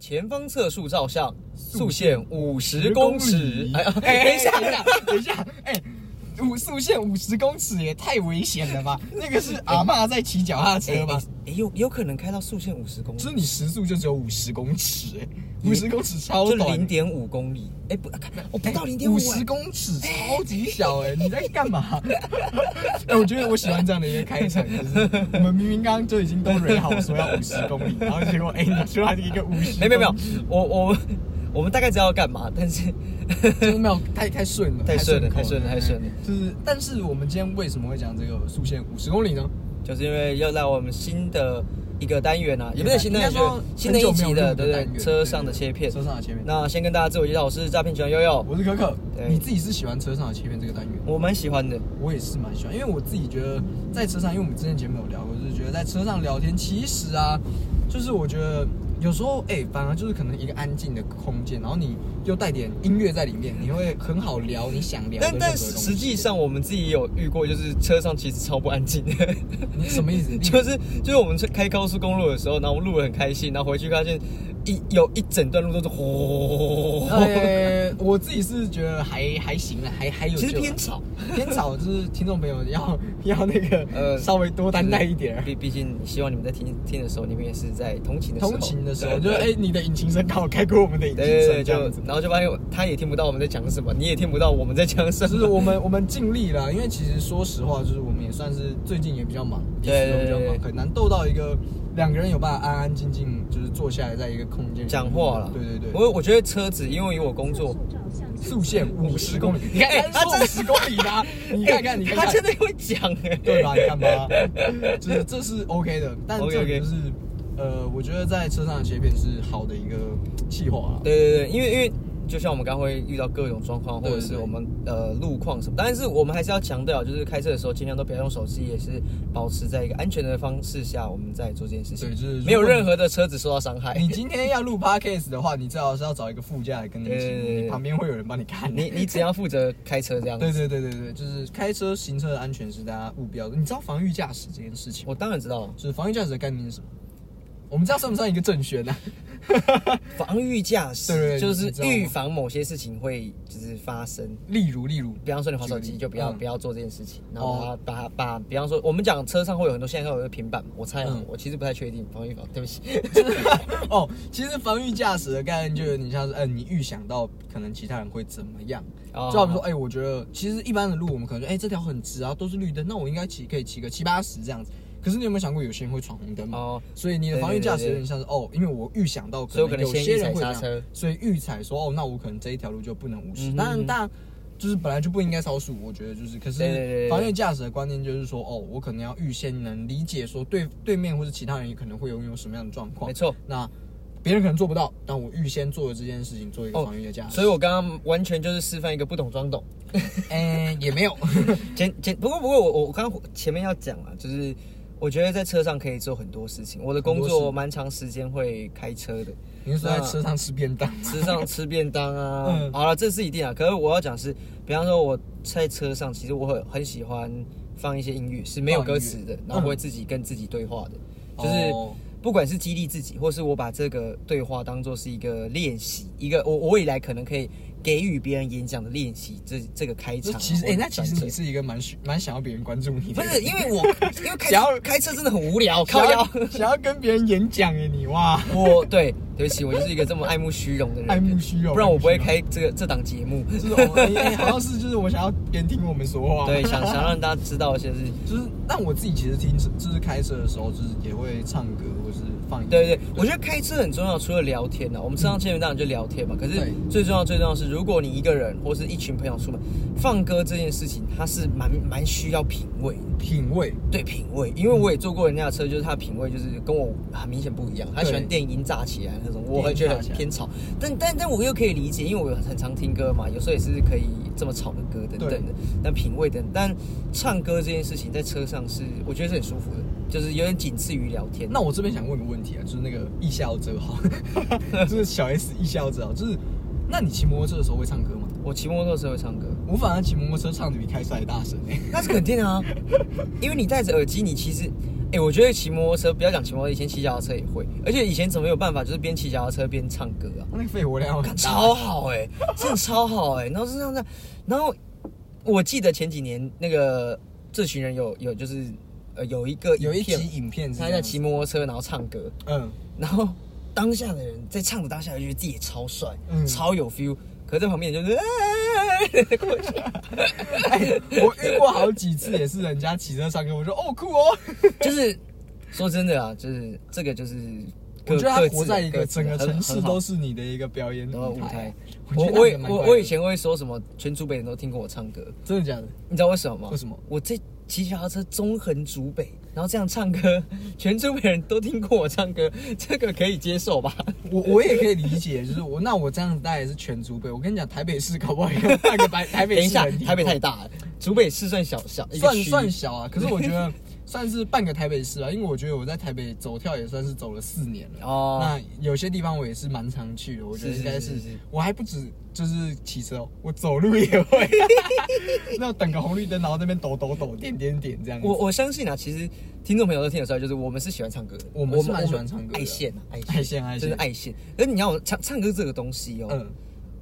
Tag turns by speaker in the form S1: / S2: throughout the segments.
S1: 前方测速照相，速限五十公尺。哎
S2: 哎
S1: 呀，
S2: 哎，等一下，等一下，等一下，哎。五速限五十公尺也太危险了吧！那个是阿嬷在骑脚踏车吧？
S1: 哎有有可能开到速限五十公
S2: 就
S1: 里
S2: 是，你时速就只有五十公尺、哎，五十公尺超
S1: 就
S2: 短，
S1: 零点五公里。哎不，我不到零点啊
S2: 五十公尺，超级小哎、你在干嘛？ 哎、我觉得我喜欢这样的一个开场，就是我们明明刚刚就已经都蕊好说要五十公里，然后结果哎、你说来一个五十，
S1: 没没没有，我我我们大概知道要干嘛，但是
S2: 就是没有太太顺了，
S1: 太顺了
S2: 口
S1: 太顺了太顺了。
S2: 就是，但是我们今天为什么会讲这个速限五十公里呢？
S1: 就是因为要让我们新的一个单元啊，也不是新的
S2: 应该
S1: 单
S2: 说
S1: 元，新的一集的，对
S2: 很久没有录
S1: 对
S2: 单元
S1: 对，车上的切片。
S2: 车上的切片。
S1: 那先跟大家自我介绍，我是诈骗集团悠悠，
S2: 我是可可，
S1: 对
S2: 你自己是喜欢车上的切片这个单元？
S1: 我蛮喜欢的。
S2: 我也是蛮喜欢，因为我自己觉得在车上，因为我们之前节目有聊过，就是觉得在车上聊天，其实啊，就是我觉得有时候哎、反而就是可能一个安静的空间，然后你又带点音乐在里面，你会很好聊你想聊的
S1: 但
S2: 任何
S1: 但
S2: 东西
S1: 实际上，我们自己也有遇过，就是车上其实超不安静的，
S2: 你什么意 思？
S1: 就是就是我们在开高速公路的时候，然后录得很开心，然后回去发现一有一整段路都是轰，
S2: 呃，我自己是觉得还还行了，还还有
S1: 其实
S2: 救啊
S1: 偏 吵，
S2: 偏吵，就是听众朋友要 要那个
S1: 呃
S2: 稍微多担待一点儿。
S1: 毕毕竟希望你们在听听的时候，你们也是在同情的时候
S2: 通勤的时候，
S1: 对
S2: 就哎、你的引擎声刚好盖过我们的引擎
S1: 对对
S2: 声，
S1: 对，
S2: 这样
S1: 就
S2: 子。
S1: 然后就发现他也听不到我们在讲什么，你也听不到我们在讲什
S2: 就是
S1: 么。
S2: 我们我们尽力了，因为其实说实话，就是我们也算是最近也比较忙，
S1: 对
S2: 彼此都比
S1: 对
S2: 较
S1: 对
S2: 忙，
S1: 对
S2: 很难斗到一个两个人有办法安安静静就是坐下来在一个空间 里
S1: 讲话了，
S2: 对对对，
S1: 我我觉得车子，因为以我工作，
S2: 速限五十公里，你看
S1: 哎
S2: 他
S1: 他
S2: 说
S1: 真
S2: 五十公里啦，你看看你看
S1: 他真
S2: 看，
S1: 的会讲哎，
S2: 对啊吧？你看吧，就是这是 OK 的，但
S1: OK，OK
S2: 这个就是呃，我觉得在车上的切片是好的一个计划啊。
S1: 对对对，因为因为就像我们刚刚会遇到各种状况，或
S2: 对
S1: 者是我们呃路况什么，但是我们还是要强调，就是开车的时候尽量都不要用手机，也是保持在一个安全的方式下，我们在做这件事情，
S2: 对就是如果
S1: 没有任何的车子受到伤害。
S2: 哎你今天要录 podcast 的话，你最好是要找一个副驾来跟你一
S1: 对对对
S2: 起，
S1: 对
S2: 你旁边会有人帮你 看。
S1: 你你只要负责开车这样子。
S2: 对对对对对，就是开车行车的安全是大家目标的。你知道防御驾驶这件事情吗？
S1: 我当然知道，
S2: 就是防御驾驶的概念是什么？我们这样算不算一个正啊宣呢、
S1: 防御驾驶
S2: 对对对
S1: 就是
S2: 你知道吗
S1: 预防某些事情会就是发生。
S2: 例如，例如，
S1: 比方说你滑手
S2: 举
S1: 机
S2: 例
S1: 就不要、
S2: 嗯哦
S1: 不要做这件事情，然后把它、把它把，比方说我们讲车上会有很多现在会有的平板，我猜啊、
S2: 嗯
S1: 我其实不太确定防御防，对不起，
S2: 哦，其实防御驾驶的概念就有点像是，嗯、你预想到可能其他人会怎么样。
S1: 哦
S2: 就好比说，哎、我觉得其实一般的路我们可能说，哎、这条很直啊，都是绿灯，那我应该骑可以骑个七八十这样子。可是你有没有想过，有些人会闯红灯嘛？
S1: 哦
S2: 所以你的防御驾驶有
S1: 对对对
S2: 点像是哦，因为我预想到可
S1: 所以我可
S2: 能
S1: 能
S2: 有
S1: 先
S2: 些
S1: 预
S2: 人
S1: 踩
S2: 会这样
S1: 刹车，
S2: 所以预踩说哦，那我可能这一条路就不能五十、
S1: 嗯哼
S2: 当然，当然就是本来就不应该超速，我觉得就是，可
S1: 对对对
S2: 是
S1: 对
S2: 防御驾驶的观念就是说哦，我可能要预先能理解说对对面或者其他人也可能会拥有什么样的状况
S1: 没。错。
S2: 那别人可能做不到，但我预先做了这件事情，做一个
S1: 哦
S2: 防御的驾驶。
S1: 所以我刚刚完全就是示范一个不懂装懂，
S2: 嗯、也 没有，
S1: 简简不过不过我我我刚刚前面要讲啊，就是我觉得在车上可以做很多事情，我的工
S2: 很多
S1: 作
S2: 事
S1: 蛮长时间会开车的，
S2: 你是说在车上吃便当吗？
S1: 吃上吃便当啊，
S2: 嗯
S1: 好了这是一定啊，可是我要讲是，比方说我在车上，其实我很很喜欢放一些音乐是没有歌词的，然后会自己跟自己对话的，就是。
S2: 哦
S1: 不管是激励自己，或是我把这个对话当做是一个练习，一个我我未来可能可以给予别人演讲的练习，这这个开
S2: 就
S1: 场啊。
S2: 其实，哎、
S1: 或者
S2: 那其实
S1: 转折
S2: 你是一个蛮需蛮想要别人关注你
S1: 不
S2: 的人，
S1: 是因为我因为开
S2: 想要
S1: 车开车真的很无聊，靠
S2: 想要
S1: 腰。
S2: 想要跟别人演讲哎，你哇，
S1: 我对对不起，我就是一个这么爱慕虚荣的人，
S2: 爱慕虚荣
S1: 不然我不
S2: 爱
S1: 会
S2: 慕虚荣
S1: 开这个这档节目。
S2: 就是我们、哎哎好像是就是我想要别人听我们说话，
S1: 对，想想让大家知道一些事情。
S2: 就是但我自己其实听就是开车的时候就是也会唱歌或是放音乐
S1: 对对，对，我觉得开车很重要，除了聊天啊呢、我们车上见面当然就聊天嘛。可是
S2: 对
S1: 最重要、最重要的是，如果你一个人或是一群朋友出门放歌这件事情，它是蛮蛮需要品味的，
S2: 品味
S1: 对品味。因为我也坐过人家的车，就是他的品味就是跟我很明显不一样。他喜欢
S2: 对
S1: 电音炸起来那种，我
S2: 电
S1: 会
S2: 音
S1: 觉得
S2: 炸起
S1: 很
S2: 来
S1: 偏吵。但但但我又可以理解，因为我很常听歌嘛，有时候也是可以这么吵的歌等等的。但品味等，但唱歌这件事情在车上是我觉得是很舒服的，就是有点仅次于聊天。
S2: 那我这边想问个问题啊，就是那个一笑遮好， 就是小 S 一笑遮好，哦就是那你骑摩托车的时候会唱歌吗？
S1: 我骑摩托车会唱歌。
S2: 我反而骑摩托车唱的比开车还大声哎、
S1: 那是肯定啊，因为你戴着耳机，你其实哎、我觉得骑摩托车，不要讲骑摩托车，以前骑脚踏车也会，而且以前怎么有办法，就是边骑脚踏车边唱歌啊，
S2: 那个肺活量很
S1: 干
S2: 大
S1: 超好哎、真的超好哎、然后是这样的，然后我记得前几年那个这群人有有就是呃有一个
S2: 有一集
S1: 片
S2: 影片是
S1: 他
S2: 这
S1: 在
S2: 样
S1: 骑
S2: 子，
S1: 摩托车然后唱歌，
S2: 嗯，
S1: 然后当下的人在唱的当下就觉得自己超帅，
S2: 嗯
S1: 超有 feel，可是在旁边就是、哎 过去，
S2: 哎，我遇过好几次也是人家骑车唱歌，我说哦酷哦，
S1: 就是说真的啊，就是这个就是各。
S2: 我觉得他
S1: 各自
S2: 活在一
S1: 各
S2: 个
S1: 自的
S2: 整个
S1: 很
S2: 城市
S1: 很好
S2: 都是你的一个表演
S1: 然后舞台。我
S2: 我
S1: 我
S2: 觉得那个
S1: 也
S2: 蛮
S1: 我
S2: 怪
S1: 我
S2: 的
S1: 以前会说什么，全竹北人都听过我唱歌，
S2: 真的假的？
S1: 你知道为什么吗？
S2: 为什么？
S1: 我这骑脚踏车纵横竹北，然后这样唱歌，全竹北人都听过我唱歌，这个可以接受 吧？
S2: 我我也可以理解，就是我那我这样子大概也是全祖北。我跟你讲，台北市搞不好也有半 个台台北
S1: 等一
S2: 市
S1: 下
S2: 很，低
S1: 台北太大了，竹北市算小小一个
S2: 算
S1: 区域
S2: 算小啊，可是我觉得算是半个台北市啊，因为我觉得我在台北走跳也算是走了四年了。
S1: 哦
S2: 那有些地方我也是蛮常去的，我觉得
S1: 是
S2: 应该
S1: 是
S2: 是
S1: 是是
S2: 我还不止就是骑车哦，我走路也会。 那等个红绿灯，然后那边抖抖抖、点点点这样子。
S1: 我我相信啊，其实听众朋友都听得出来，就是我们是喜欢唱歌的，
S2: 我们是蛮喜欢唱歌的
S1: 爱线啊，爱线，
S2: 爱线爱线
S1: 真的爱线。可是你要我唱唱歌这个东西哦，
S2: 嗯，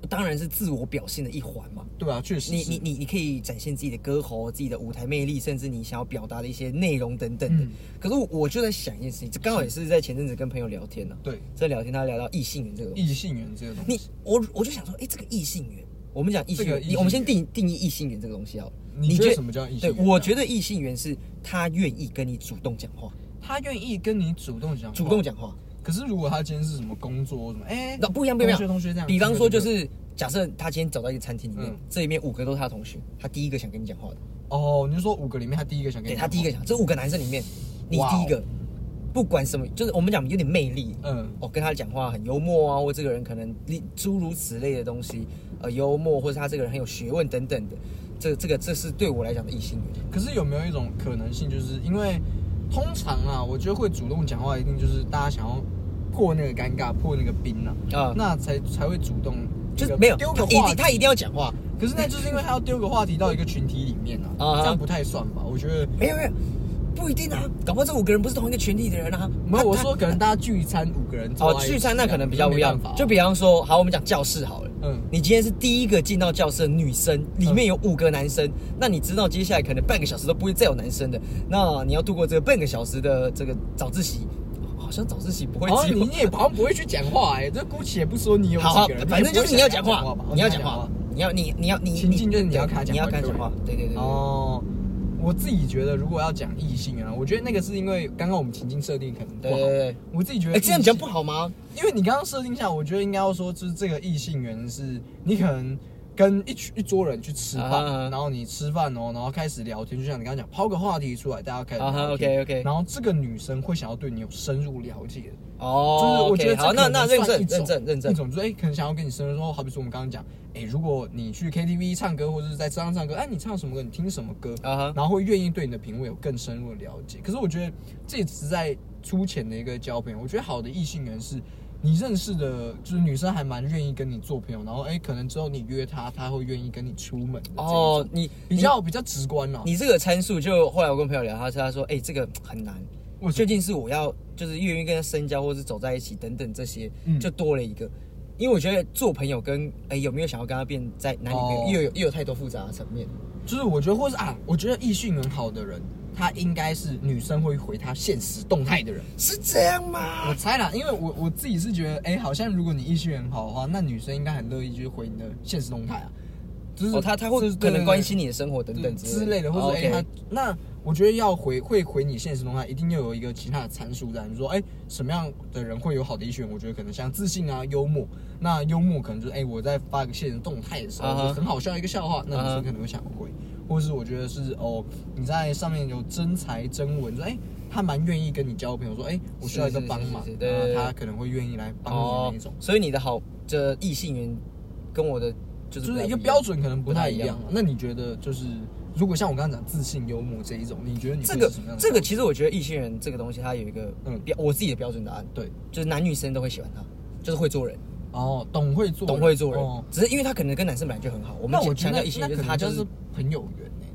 S1: 当然是自我表现的一环嘛。
S2: 对啊，确实
S1: 你
S2: 是
S1: 你你你可以展现自己的歌喉、自己的舞台魅力，甚至你想要表达的一些内容等等的。
S2: 嗯
S1: 可是我就在想一件事情，这刚好也是在前阵子跟朋友聊天呢、
S2: 对
S1: 在聊天他聊到异性缘这个东西，
S2: 异性缘这个东西
S1: 你。我我就想说，哎、这个异性缘，我们讲异性
S2: 这个
S1: 缘，
S2: 异性
S1: 你
S2: 缘
S1: 我们先定定义异性缘这个东西好了。
S2: 你觉得什么叫异性缘
S1: 对，我觉得异性缘是他愿意跟你主动讲话，
S2: 他愿意跟你主动讲，
S1: 主动。讲话。
S2: 可是如果他今天是什么工作什么，哎、
S1: 那不一样，不一样。
S2: 同学同学这样。
S1: 比方说，就
S2: 这个
S1: 是假设他今天走到一个餐厅里面
S2: 嗯，
S1: 这里面五个都是他同学，他第一个想跟你讲话的，
S2: 哦，你就说五个里面他第一个想跟
S1: 对
S2: 你，
S1: 他第一个，想，这五个男生里面，你
S2: 哇哦
S1: 第一个，不管什么，就是我们讲有点魅力，
S2: 嗯，
S1: 哦，跟他讲话很幽默啊，或这个人可能例诸如此类的东西，呃，幽默，或者他这个人很有学问等等的，这这个这是对我来讲的异性缘。
S2: 可是有没有一种可能性，就是因为通常啊，我觉得会主动讲话，一定就是大家想要过那个尴尬，破那个冰啊，
S1: 啊
S2: 那才才会主动
S1: 就
S2: 这
S1: 是
S2: 个
S1: 没有，
S2: 丢
S1: 他
S2: 个
S1: 一定
S2: 话题。
S1: 他一定要讲话，
S2: 可是那就是因为他要丢个话题到一个群体里面
S1: 啊
S2: 啊，这样不太算吧？我觉得
S1: 没有没有，不一定啊，搞不好这五个人不是同一个群体的人啊。
S2: 没有，
S1: 他
S2: 我
S1: 他
S2: 说可能大家聚餐五个人坐
S1: 哦
S2: 在一，起
S1: 聚餐那可能比较不一样
S2: 没办。法
S1: 就比方说，好，我们讲教室好了。
S2: 嗯
S1: 你今天是第一个进到教室的女生，里面有五个男生，那你知道接下来可能半个小时都不会再有男生的，那你要度过这个半个小时的这个早自习，好像早自习不会
S2: 哦，
S1: 只有
S2: 你也好像不会去讲话哎、这姑且不 说你有
S1: 好好
S2: 几个人，，
S1: 反正就是
S2: 你
S1: 你
S2: 也
S1: 要
S2: 不
S1: 讲
S2: 会想
S1: 话，你要讲话，你要你你要你
S2: 情境就是你要跟他
S1: 对你要跟他
S2: 讲
S1: 讲
S2: 话
S1: 话，对对对对。
S2: 哦，我自己觉得如果要讲异性啊，我觉得那个是因为刚刚我们情境设定可能不好，
S1: 对对对
S2: 我自己觉
S1: 哎、
S2: 得
S1: 这样讲不
S2: 好，
S1: 好吗？
S2: 因为你刚刚设定下，我觉得应该要说就是这个异性缘是你可能。跟一群一桌人去吃饭
S1: 啊哈啊哈
S2: 然后你吃饭哦，然后开始聊天，就像你刚刚讲，抛个话题出来，大家开始
S1: 啊哈
S2: 聊天
S1: OK，OK
S2: 然后这个女生会想要对你有深入了解，就是
S1: 哦，
S2: 我觉得
S1: OK，好，
S2: 这可
S1: 那
S2: 能
S1: 那认
S2: 算
S1: 证
S2: 一种
S1: 认证认
S2: 一
S1: 证，
S2: 种就是哎、可能想要跟你深入说，好比说我们刚刚讲，哎、如果你去 KTV 唱歌或者是在车上唱歌，哎、你唱什么歌，你听什么歌
S1: 啊哈
S2: 然后会愿意对你的品味有更深入的了解。可是我觉得这也只是在粗浅的一个交朋友，我觉得好的异性缘是。你认识的，就是女生还蛮愿意跟你做朋友，然后哎、可能之后你约她，她会愿意跟你出门的这一种。
S1: 哦，你
S2: 比较比较直观哦了、
S1: 你这个参数就后来我跟朋友聊，他说他说哎、这个很难，
S2: 为什么
S1: 究竟是我要就是愿意跟他深交，或是走在一起等等这些，
S2: 嗯
S1: 就多了一个。因为我觉得做朋友跟哎、有没有想要跟他变在男女朋友，
S2: 哦
S1: 又有又有太多复杂的层面。
S2: 就是我觉得，或是啊，我觉得异性缘好的人，他应该是女生会回他现实动态的人。
S1: 是这样吗
S2: 我？猜啦，因为我我自己是觉得，哎、好像如果你异性缘好的话，那女生应该很乐意去回你的现实动态啊，就是、
S1: 哦，他他会
S2: 就是
S1: 可能关心
S2: 你
S1: 你的生活等等
S2: 之类
S1: 类
S2: 的，
S1: 的，
S2: 或者
S1: 哦
S2: 哎、
S1: ，OK
S2: 他那我觉得要回会回你现实动态，一定要有一个其他的参数在，你说哎、什么样的人会有好的异性缘？我觉得可能像自信啊、幽默，那幽默可能就是哎、我在发个现实动态的时候、
S1: 啊哈
S2: 就很好笑一个笑话，那女
S1: 啊哈
S2: 生可能会想回。或是我觉得是哦，你在上面有真才真文，说哎，他蛮愿意跟你交朋友，说哎，我需要一个
S1: 是是
S2: 帮
S1: 是
S2: 忙
S1: 是，对
S2: 然后
S1: 对对
S2: 他可能会愿意来帮你的
S1: 哦
S2: 那种，，
S1: 所以你的好这异性缘跟我的就是
S2: 就是一个
S1: 不太样
S2: 标。准可能不太一样啊
S1: 不。
S2: 那你觉得就是，如果像我刚刚讲自信、幽默这一种，你觉得你
S1: 这
S2: 会
S1: 个
S2: 是什么样的
S1: 这个其实我觉得异性缘这个东西，它有一个
S2: 嗯
S1: 标我自己的标准答案，
S2: 对，
S1: 就是男女生都会喜欢他，就是会做人，
S2: 哦，懂会做人，
S1: 懂会做人
S2: 哦。
S1: 只是因为他可能跟男生本来就很好，我们
S2: 那我觉
S1: 强调
S2: 得
S1: 异性
S2: 那
S1: 缘就
S2: 可
S1: 是
S2: 能
S1: 他
S2: 就
S1: 就是是
S2: 朋友缘呢，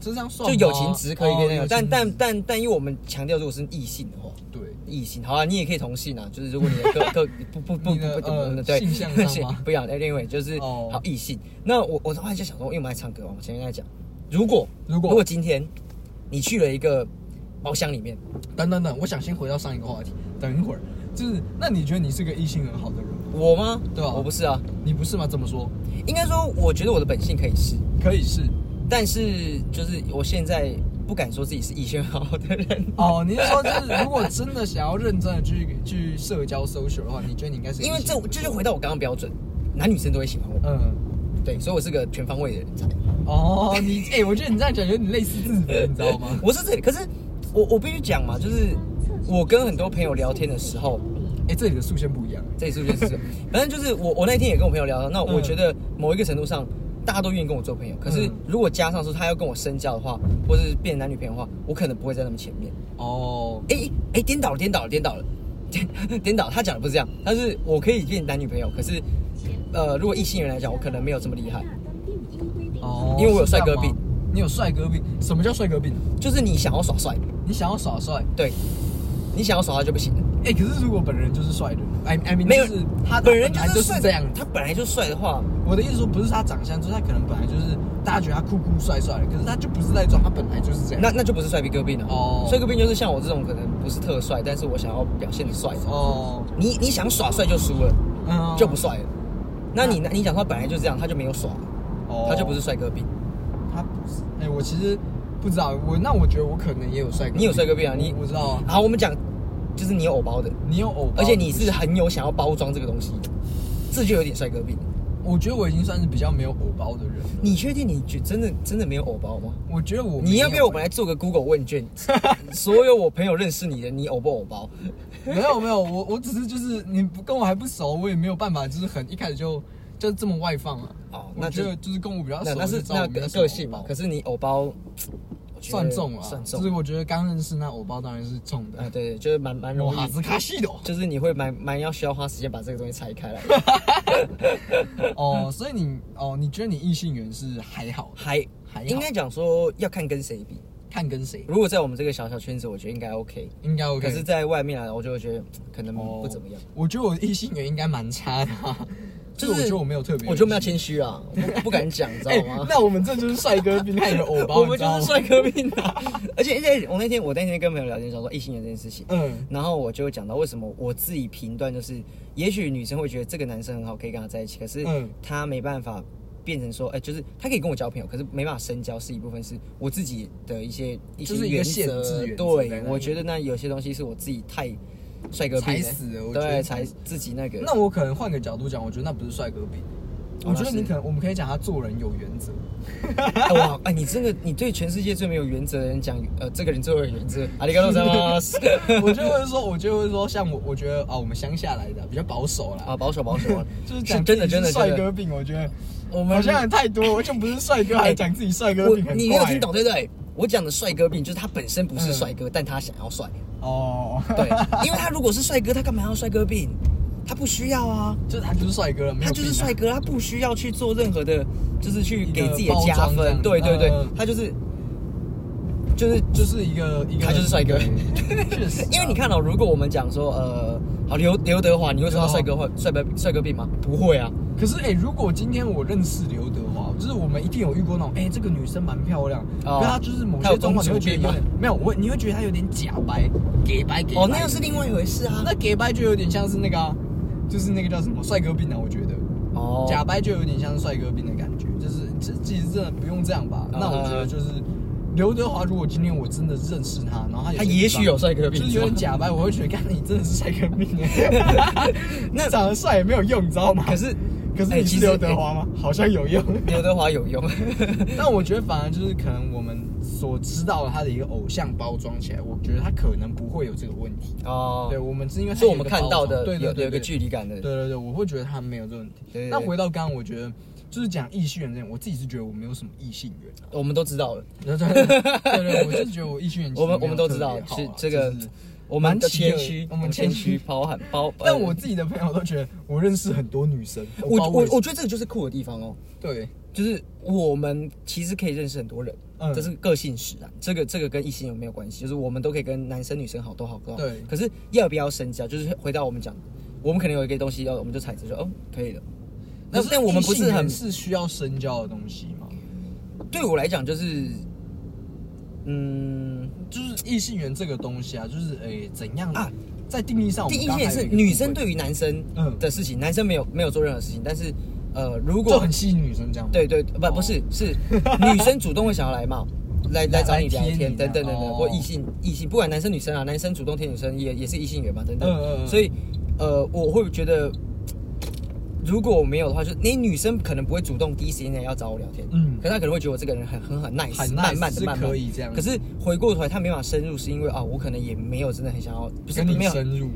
S2: 就是这样算
S1: 就
S2: 吗
S1: 友情值可以可以那
S2: 哦
S1: 个，
S2: 友情
S1: 但但
S2: 值
S1: 但但因为我们强调如果是异性的话，
S2: 对
S1: 异性好啊，你也可以同性啊，就是如果你 的各各不不不
S2: 你的
S1: 不不
S2: 呃
S1: 不对
S2: 性向上吗
S1: 性 不要 anyway 就是
S2: 哦
S1: 好异性。那我我突然就想说，因为我们爱唱歌嘛，我前面在讲，如果
S2: 如果
S1: 如果今天你去了一个包厢里面，
S2: 等等等，我想先回到上一个话题，等一会儿就是那你觉得你是个异性很好的人吗？
S1: 我吗？
S2: 对啊
S1: 我不是啊，
S2: 你不是吗？怎么说？
S1: 应该说我觉得我的本性可以是，
S2: 可以是
S1: 但是就是我现在不敢说自己是异性好的 人。
S2: 哦，你是说就是如果真的想要认真的去去社交 social 的话，你觉得你应该是个异
S1: 因
S2: 性
S1: 为这这就回到我刚刚标准，男女生都会喜欢我，
S2: 嗯。
S1: 对，所以我是个全方位的人 才。
S2: 哦，你哎、我觉得你这样讲有点类似自肥，你知道吗？
S1: 我是这里，可是我我必须讲嘛，就是我跟很多朋友聊天的时 候，
S2: 哎、这里的竖线不一样、
S1: 这也是不是就是，反正就是我我那天也跟我朋友聊到，那我
S2: 嗯
S1: 觉得某一个程度上。大家都愿意跟我做朋友，可是
S2: 嗯
S1: 如果加上说他要跟我深交的话，或是变男女朋友的话，我可能不会在那么前面。
S2: 哦，
S1: 哎哎，颠倒了，颠倒了，颠倒了，颠颠倒了。他讲的不是这样，但是我可以变男女朋友，可是呃，如果异性人来讲，我可能没有这么厉害。
S2: 哦，
S1: 因为我有帅哥病
S2: 是这样吗。你有帅哥病？什么叫帅哥病？啊
S1: 就是你想要耍帅，
S2: 你想要耍帅？
S1: 对，你想要耍帅就不行了。
S2: 哎、可是如果本人就是帅的，I I mean，
S1: 没有
S2: 就是他
S1: 本人
S2: 来就是
S1: 帅
S2: 这样。
S1: 他本来就帅的话，
S2: 我的意思说，不是他长相，就是他可能本来就是大家觉得他酷酷帅帅的，可是他就不是在装，他本来就是这样。
S1: 那那就不是帅哥病了。
S2: 哦
S1: 帅哥病就是像我这种可能不是特帅，但是我想要表现的帅。
S2: 哦，
S1: 你你想耍帅就输了，
S2: 嗯
S1: 就不，帅了。那你你讲他本来就这样，他就没有耍，
S2: 哦
S1: 他就不是，帅哥病。
S2: 他不是。哎、我其实不知道，我那我觉得我可能也有帅哥，
S1: 你有帅哥病啊你
S2: 我我知道啊，
S1: 好，我们讲就是你有偶包的，
S2: 你有偶包，
S1: 而且你是很有想要包装这个东西，这就有点帅哥病。
S2: 我觉得我已经算是比较没有偶包的人了。
S1: 你确定你觉真的真的没有偶包吗？
S2: 我觉得我
S1: 你要不要我们
S2: 来？
S1: 来做个 Google 问 卷？所有我朋友认识你的，你偶不偶包？
S2: 没有没有，我我只是就是你不跟我还不熟，我也没有办法，就是很一开始就就这么外放啊。
S1: 哦
S2: 我
S1: 那
S2: 觉
S1: 就
S2: 得就是跟我比较
S1: 那
S2: 熟，
S1: 那是
S2: 就知道
S1: 那
S2: 我没有
S1: 个
S2: 什么
S1: 个性嘛
S2: 偶。包
S1: 可是你偶包，我觉得
S2: 算重了，啊
S1: 算
S2: 就是
S1: 重
S2: 我觉得刚认识那偶包当然是重的。
S1: 啊，对对，就是蛮蛮容
S2: 哇，
S1: 易，
S2: 是卡 西的哦
S1: 就是你会蛮蛮要需要花时间把这个东西拆 开来，
S2: 哦，所以你哦，你觉得你异性缘是还好的，
S1: 还
S2: 还好
S1: 应该讲说要看跟谁比。
S2: 看跟谁
S1: 如果在我们这个小小圈子，我觉得应该 OK。
S2: 应该 OK。
S1: 可是，在外面来，我就会觉得可能
S2: 哦
S1: 不怎么样。
S2: 我觉得我异性缘应该蛮差的啊，
S1: 就是
S2: 我觉得我没有特别，
S1: 我觉得我们要谦虚啊，我不不敢讲，你知道
S2: 哎
S1: 吗？
S2: 那我们这就是帅哥病，看有偶 包，
S1: 我们就是
S2: 你知道吗，
S1: 帅哥病啊！ 而且，而且我那天我那天跟朋友聊天，想说异性恋这件事情，
S2: 嗯，
S1: 然后我就讲到为什么我自己评断就是，也许女生会觉得这个男生很好，可以跟他在一起，可是
S2: 嗯
S1: 他没办法变成说，哎、就是他可以跟我交朋友，可是没办法深交是一部分，是我自己的一些一些
S2: 就是一个
S1: 原
S2: 限制
S1: 则。
S2: 原则在那
S1: 对，
S2: 里
S1: 我觉得那有些东西是我自己太帅哥病
S2: 踩
S1: 了
S2: 死了我觉得
S1: 对，才自己那个。
S2: 那我可能换个角度讲，我觉得那不是帅哥病，
S1: 哦
S2: 我觉得
S1: 那是
S2: 你可能我们可以讲他做人有原 则。
S1: 哎哇，哎，你真的你对全世界最没有原则的人讲，呃，这个人最有原则，阿里嘎多塞啊吗？
S2: 我就会说，我就会说，像我，我觉得啊，我们乡下来的比较保守啦，
S1: 啊，保守保守，
S2: 就是
S1: 是
S2: 讲
S1: 真的
S2: 自己
S1: 真的
S2: 是帅
S1: 真的
S2: 哥病，我觉得
S1: 我们哎
S2: 好像人太多，我就不是帅哥，还讲自己帅哥
S1: 我
S2: 病，很
S1: 你没有
S2: 怪
S1: 听懂对不对？我讲的帅哥病就是他本身不是帅
S2: 嗯
S1: 哥，但他想要帅。
S2: 哦？
S1: 对，因为他如果是帅哥，他干嘛要帅哥病？他不需要啊，
S2: 就是他就是帅哥了，没
S1: 他
S2: 有
S1: 就是
S2: 病啊
S1: 帅。哥，他不需要去做任何的，就是去给自己的
S2: 一个包
S1: 加
S2: 装这
S1: 分
S2: 样。
S1: 对对对
S2: 嗯，
S1: 他就是就是
S2: 就是一个一个，
S1: 他就是帅哥
S2: 对 确实啊。
S1: 因为你看哦，如果我们讲说呃，好刘刘德华，你会说他帅哥
S2: 啊
S1: 会帅哥帅哥病吗？不会啊，
S2: 可是哎、欸如果今天我认识刘德华，就是我们一定有遇过那种，哎、这个女生蛮漂亮，
S1: 哦
S2: 可她就是某
S1: 她有
S2: 些状况你会
S1: 公主
S2: 觉得
S1: 病
S2: 有
S1: 吗
S2: 点没有，我你会觉得她有点假白，给白给白。
S1: 哦，那又是另外一回事啊。
S2: 那给白就有点像是那个、啊，就是那个叫什么帅哥病啊，我觉得。
S1: 哦，
S2: 假掰就有点像帅哥病的感觉，就是这其实真的不用这样吧。
S1: 啊
S2: 那我觉得就是刘德华，如果今天我真的认识他，然后他
S1: 他也许有帅哥病
S2: 就是有点假掰，我会觉得，干你真的是帅哥 病耶。
S1: 那
S2: 长得帅也没有用，你知道吗？
S1: 可是
S2: 可是
S1: 哎
S2: 你
S1: 其
S2: 是
S1: 实
S2: 刘德华吗？好像有用。
S1: 刘德华有用。
S2: 但我觉得反而就是可能我们所知道的他的一个偶像包装起来，我觉得他可能不会有这个问题。
S1: 哦，
S2: 对，我们是因为他
S1: 是我
S2: 有一
S1: 们
S2: 个
S1: 看到
S2: 包装
S1: 的
S2: 对对
S1: 有
S2: 对
S1: 有一个
S2: 对
S1: 距离感的。
S2: 对对对，我会觉得他没有这个问题。
S1: 对对对
S2: 那回到刚刚，我觉得就是讲异性缘这样，我自己是觉得我没有什么异性缘啊。
S1: 我们都知道了，
S2: 对对对对，我就是觉得我异性缘其实
S1: 我们
S2: 没
S1: 我
S2: 有
S1: 们都知道
S2: 特，别
S1: 是
S2: 好啊
S1: 这个
S2: 就是，
S1: 我们的
S2: 蛮奇特
S1: 谦虚，
S2: 我们谦虚
S1: 包含包。
S2: 但
S1: 呃
S2: 我自己的朋友都觉得我认识很多女生，
S1: 我
S2: 我不知道
S1: 我
S2: 为什么
S1: 我觉得这个就是酷的地方哦，
S2: 对，
S1: 就是我们其实可以认识很多人，
S2: 嗯
S1: 这是个性使然。这个这个跟异性有没有关系？就是我们都可以跟男生女生好都好都好。
S2: 对
S1: 可是要不要深交？就是回到我们讲，我们可能有一个东西要，我们就踩着说哦可以的。那
S2: 可
S1: 但我们不
S2: 异性
S1: 是
S2: 缘
S1: 很
S2: 是需要深交的东西吗？
S1: 对我来讲就是，嗯，
S2: 就是异性缘这个东西啊，就是诶、怎样
S1: 啊？
S2: 在定义上，
S1: 第一
S2: 我们刚
S1: 件
S2: 才
S1: 是
S2: 有一个
S1: 女生
S2: 误会
S1: 对于男生
S2: 嗯
S1: 的事情，男生没有没有做任何事情，但是呃，如
S2: 就
S1: 果
S2: 很吸引女生这样吗。
S1: 对对不
S2: 哦
S1: 不是是女生主动会想要来 嘛，来来找你聊
S2: 来贴你
S1: 天等等
S2: 这
S1: 等
S2: 样
S1: 等，
S2: 哦
S1: 或异性异性，不管男生女生啊，男生主动贴女生也也是异性缘嘛等
S2: 嗯嗯
S1: 等，
S2: 嗯
S1: 所以呃，我会觉得。如果我没有的话，就你女生可能不会主动第一时间来要找我聊天，
S2: 嗯
S1: 可是她可能会觉得我这个人很很很 nice，
S2: 很 nice，
S1: 慢慢的
S2: 是
S1: 慢慢
S2: 可以这样
S1: 可是回过头来，她没办法深入，是因为啊，我可能也没有真的很想要，不是
S2: 跟你
S1: 没有
S2: 深入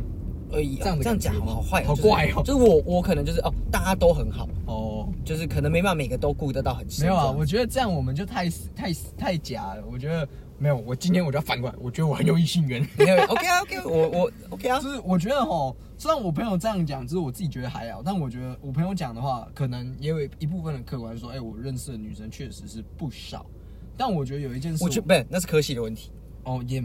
S1: 而已、啊。
S2: 这样的
S1: 这样
S2: 感觉
S1: 讲好
S2: 吗
S1: 坏、哦，
S2: 好怪哦
S1: 就是就是我我可能就是哦，大家都很好，
S2: 哦。
S1: 就是可能没办法每个都顾得到很深。
S2: 没有
S1: 这
S2: 啊，
S1: 样
S2: 我觉得这样我们就太太太假了。我觉得没有，我今天我就要反过来，我觉得我很有异性缘。
S1: 没有 OK 啊 OK，我我 OK 啊
S2: 就，是我觉得吼，虽然我朋友这样讲，就是我自己觉得还好，但我觉得我朋友讲的话，可能也有一部分的客观说，哎、我认识的女生确实是不少，但我觉得有一件事
S1: 我觉得不是那是科系的问题。
S2: 哦也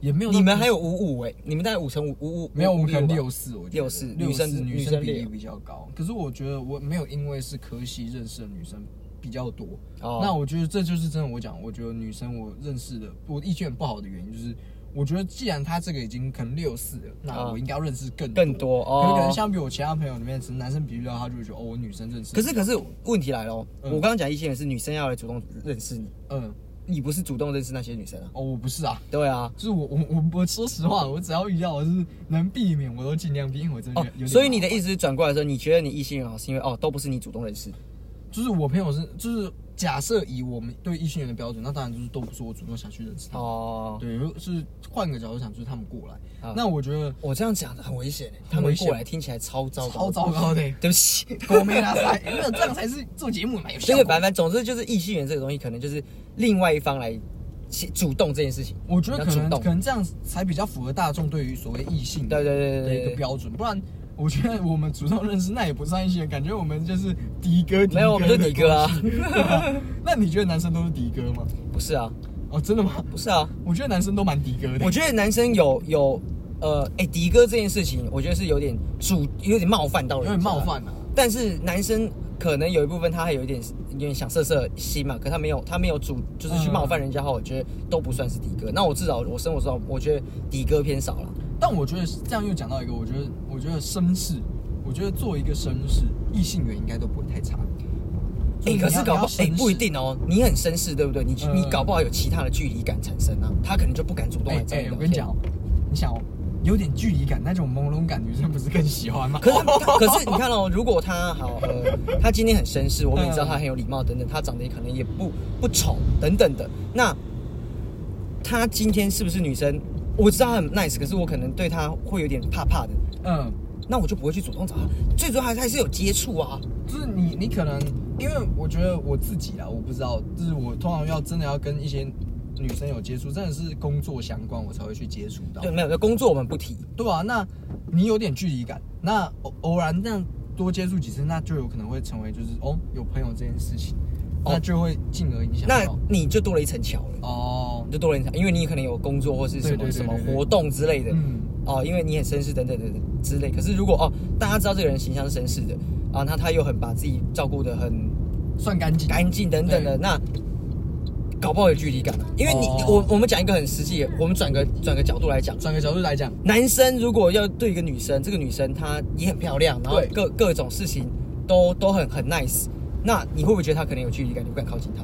S2: 也没有那么，
S1: 你们还有五五哎，你们大概五乘五五五
S2: 没有？我们可能
S1: 吧
S2: 六四，我觉得
S1: 六四女生
S2: 四女
S1: 女
S2: 生
S1: 生
S2: 比例
S1: 六
S2: 比较高。可是我觉得我没有因为是科系认识的女生比较多，
S1: 哦，
S2: 那我觉得这就是真的，我讲，我觉得女生我认识的，我意见不好的原因就是，我觉得既然她这个已经可能六四了，那
S1: 啊
S2: 我应该要认识更
S1: 更多
S2: 可可能
S1: 哦。
S2: 相比我其他朋友里面，男生比例的话，他就会觉得哦，我女生认识。
S1: 可是可是问题来了哦，
S2: 嗯
S1: 我刚刚讲一些人是女生要来主动认识你，
S2: 嗯，
S1: 你不是主动认识那些女生啊？
S2: 哦，我不是啊，
S1: 对啊，
S2: 就是我我我我说实话，我只要遇到我是能避免，我都尽量避，因为我真的
S1: 哦
S2: 觉得有点麻烦、
S1: 所以你的意思是转过来说，你觉得你异性缘好是因为哦都不是你主动认识，
S2: 就是我朋友是就是假设以我们对异性缘的标准，那当然就是都不是我主动想去认识他们。
S1: 哦，
S2: 对，就是换个角度想，就是他们过来，
S1: 啊
S2: 那我觉得
S1: 我这样讲很危险欸，他
S2: 很危
S1: 们
S2: 险
S1: 过来听起来超糟糕，
S2: 超糟糕的、
S1: 对不起。
S2: 国没拉塞，没有这样才是做节目嘛，有效
S1: 这个
S2: 果。
S1: 反正总之就是异性缘这个东西，可能就是另外一方来起主动这件事情。
S2: 我觉得可能
S1: 比较主动
S2: 可能这样才比较符合大众对于所谓异性
S1: 对对对
S2: 的
S1: 对
S2: 一个
S1: 对对，
S2: 标准，不然我觉得我们主动认识那也不算异性，感觉我们就是迪哥。迪哥
S1: 没有我们就迪哥啊
S2: 的关系对啊 那你觉得男生都是迪哥吗？
S1: 不是啊，
S2: 哦，真的吗？
S1: 不是啊，
S2: 我觉得男生都蛮迪哥的。
S1: 我觉得男生有有呃，哎、迪哥这件事情，我觉得是有点主，有点冒犯到
S2: 有
S1: 人，
S2: 点冒。犯啊。
S1: 但是男生可能有一部分他还有一点有点想色色心嘛，可他没有他没有主，就是去
S2: 嗯
S1: 冒犯人家的话，我觉得都不算是迪哥。那我至少我生活中，我觉得迪哥偏少了。
S2: 但我觉得这样又讲到一个，我觉得我觉得绅士，我觉得做一个绅士，异性缘应该都不会太差。
S1: 哎、
S2: 就是
S1: 可
S2: 你
S1: 是
S2: 要
S1: 搞不好
S2: 你
S1: 哎、
S2: 要绅士
S1: 不一定哦。你很绅士，对不对？你、
S2: 嗯
S1: 你搞不好有其他的距离感产生啊，他可能就不敢主动
S2: 哎
S1: 来
S2: 哎、
S1: 找你、
S2: 我跟你讲，哦，你想哦，有点距离感，那种朦胧感，女生不是更喜欢吗？
S1: 可是他 可是你看哦，如果他好呃，他今天很绅士，我们也
S2: 嗯
S1: 知道他很有礼貌等等，他长得可能也不不丑等等的，那他今天是不是女生？我知道他很 nice，可是我可能对他会有点怕怕的，
S2: 嗯，
S1: 那我就不会去主动找他。最主要还是还是有接触啊。
S2: 就是你你可能因为我觉得我自己啊，我不知道，就是我通常要真的要跟一些女生有接触，真的是工作相关我才会去接触到
S1: 对，，没有，工作我们不提。
S2: 对啊，那你有点距离感，那偶偶然这样多接触几次，那就有可能会成为就是哦有朋友这件事情，
S1: 哦
S2: 那就会进而影响
S1: 那
S2: 到
S1: 你就多了一层桥了。
S2: 哦
S1: 你，就多了一层，因为你可能有工作或是什么
S2: 对对对对
S1: 什么
S2: 对
S1: 活动之类的，
S2: 嗯
S1: 哦，因为你很绅士等等等等之类。可是如果哦，大家知道这个人形象是绅士的，啊，那他又很把自己照顾的很
S2: 算干净，
S1: 干净等等的，那搞不好有距离感。因为你、
S2: 哦
S1: 我我们讲一个很实际的，我们转个转个角度来讲，
S2: 转个角度来讲，
S1: 男生如果要对一个女生，这个女生她也很漂亮，然后
S2: 对
S1: 各各种事情都都很很 nice，那你会不会觉得她可能有距离感，你不敢靠近她？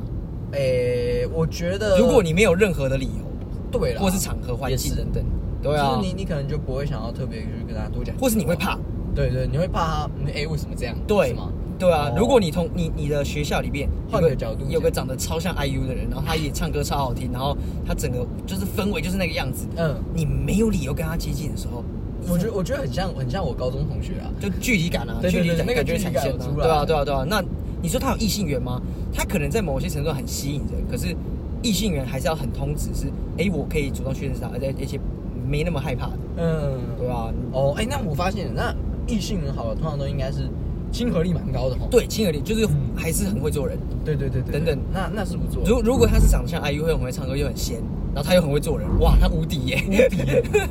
S2: 诶、我觉得
S1: 如果你没有任何的理由，
S2: 对了，
S1: 或是场合环
S2: 也
S1: 境
S2: 是
S1: 等等，对啊，
S2: 就是你你可能就不会想要特别去跟他多讲，
S1: 或是你会怕，
S2: 对对，你会怕他，嗯哎、为什么这样？
S1: 对
S2: 是吗？
S1: 对啊，
S2: 哦
S1: 如果你同你你的学校里面
S2: 换
S1: 有
S2: 个角度
S1: 有个
S2: 讲
S1: 长得超像 IU 的人，然后他也唱歌超好听，然后他整个就是氛围就是那个样子，
S2: 嗯，
S1: 你没有理由跟他接近的时候，
S2: 我觉得我觉得很像很像我高中同学啊，
S1: 就距离感啊，
S2: 对对对
S1: 距离感
S2: 那个
S1: 感觉
S2: 距离
S1: 产
S2: 感
S1: 生
S2: 有
S1: 啊
S2: 出，来
S1: 对啊对啊对啊。那你说他有异性缘吗？他可能在某些程度上很吸引人，可是异性缘还是要很通直，是哎我可以主动去认识他，而且而且没那么害怕的，
S2: 嗯，
S1: 对啊。
S2: 哦，哎、那我发现那异性缘好了，通常都应该是亲和力蛮高的哦。
S1: 对，亲和力就是
S2: 嗯
S1: 还是很会做人。
S2: 对对对对，
S1: 等等
S2: 那那是不错。
S1: 如如果他是长得像 IU，又很会唱歌，又很仙，然后他又很会做人，哇，他无敌耶！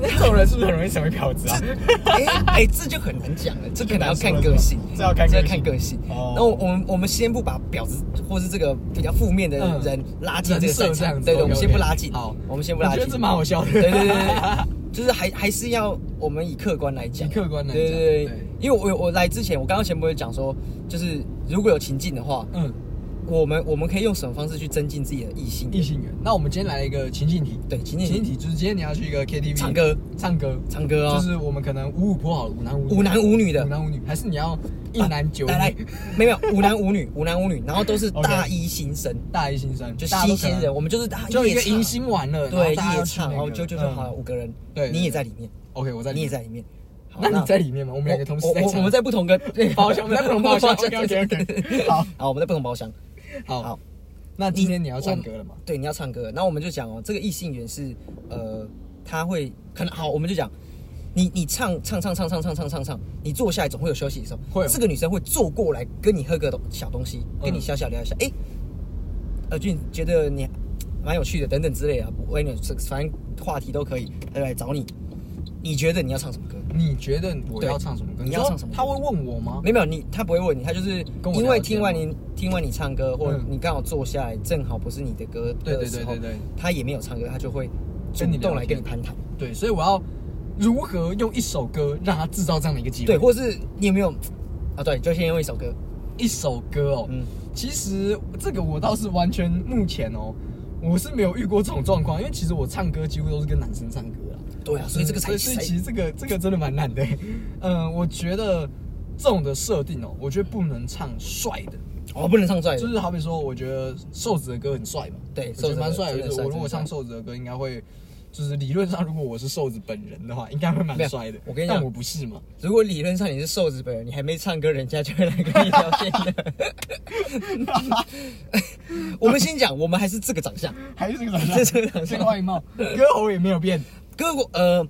S2: 那种人是不是很容易成为婊子啊？
S1: 哎哎，这就很难讲了，这可能要看个性，
S2: 这要看个性
S1: 这看个性。
S2: 哦
S1: 然后我们我们先不把婊子或是这个比较负面的
S2: 嗯
S1: 人拉进这个
S2: 人
S1: 赛
S2: 设这样
S1: 场，
S2: 子
S1: 对对，
S2: OK，
S1: 我们先不
S2: OK
S1: 拉进，
S2: 好
S1: 我们先不
S2: 我
S1: 拉
S2: 觉
S1: 进，
S2: 得这蛮好笑的
S1: 对对对对 对，就是还还是要我们以客观来讲，
S2: 以客观来讲
S1: 对对对
S2: 对，
S1: 因为我我来之前，我刚刚前不是讲说，就是如果有情境的话，
S2: 嗯，
S1: 我们我们可以用什么方式去增进自己的异性
S2: 异性缘。那我们今天来一个情境题，
S1: 对情
S2: 情
S1: 境
S2: 境题就是今天你要去一个 KTV
S1: 唱歌
S2: 唱歌，
S1: 唱歌哦
S2: 就是我们可能五五坡好了，五男五女啊
S1: 五男五女的
S2: 五，男五女，还是你要一男九
S1: 来来
S2: 女，，
S1: 没有五男五女， 五男五女，然后都是
S2: OK
S1: 大一新生，
S2: 大一新生，
S1: 就
S2: 大家都
S1: 新
S2: 可能
S1: 鲜人，我们就是大
S2: 就一
S1: 夜
S2: 个
S1: 唱
S2: 迎新完了，
S1: 对
S2: 然后大家
S1: 夜
S2: 要去
S1: 唱，
S2: 那
S1: 然后
S2: 个
S1: 就就就好了
S2: 嗯
S1: 五个人，
S2: 对
S1: 你也在里面，
S2: OK，我在，
S1: 你也，在里面，好
S2: 那你在里面吗？我
S1: 我
S2: 们两个同时在
S1: 我我
S2: 唱
S1: 我们在不同 个
S2: 包厢，我们在不同包厢。OK OK
S1: 对
S2: OK，好
S1: 好，我们在不同包厢，
S2: 好
S1: 好，
S2: 那今天你要唱歌了吗？
S1: 对，你要唱歌，然后我们就讲哦，这个异性缘是呃，他会可能好，我们就讲。你你唱唱唱唱唱唱唱唱唱，你坐下来总会有休息的时候。
S2: 会有
S1: 这个女生会坐过来跟你喝个东小东西，跟你
S2: 嗯
S1: 小小聊一下。哎、呃，俊觉得你蛮有趣的，等等之类的啊。我跟你讲反正话题都可以，她就来找你。你觉得你要唱什么歌？
S2: 你觉得我要唱什么歌？
S1: 对
S2: 说
S1: 你要唱什么歌
S2: 他会问我吗？
S1: 哦没有，你他不会问你，他就是
S2: 跟我
S1: 因为
S2: 聊天
S1: 听完你听完你唱歌，或者
S2: 嗯
S1: 你刚好坐下来，正好不是你的歌
S2: 对
S1: 的
S2: 对对
S1: 时候
S2: 对对，
S1: 他也没有唱歌，他就会主
S2: 跟你
S1: 动
S2: 聊
S1: 来跟
S2: 天
S1: 你攀谈。
S2: 对，所以我要如何用一首歌让他制造这样的一个机会？
S1: 对，或是你有没有啊？对，就先用一首歌，
S2: 一首歌哦。
S1: 嗯
S2: 其实这个我倒是完全目前哦，我是没有遇过这种状况，因为其实我唱歌几乎都是跟男生唱歌啊。
S1: 对啊，所以这个才
S2: 所以所以
S1: 才
S2: 其实这个这个真的蛮难的。嗯，我觉得这种的设定哦，我觉得不能唱帅的。
S1: 哦，不能唱出来的，
S2: 就是好比说，我觉得瘦子的歌很帅嘛，
S1: 对
S2: 我觉得蛮帅的。
S1: 瘦子的
S2: 就是
S1: 真的帅
S2: 我如果唱瘦子的歌，应该会，就是理论上如果我是瘦子本人的话，应该会蛮
S1: 没有
S2: 帅的。
S1: 我跟你讲
S2: 但我不是嘛，
S1: 如果理论上你是瘦子本人，你还没唱歌，人家就会来跟你聊天的。 我们先讲，我们还是这个长相，
S2: 还是这个长
S1: 这
S2: 相，
S1: 是这个长相
S2: 这个外貌，歌喉也没有变。
S1: 歌我呃，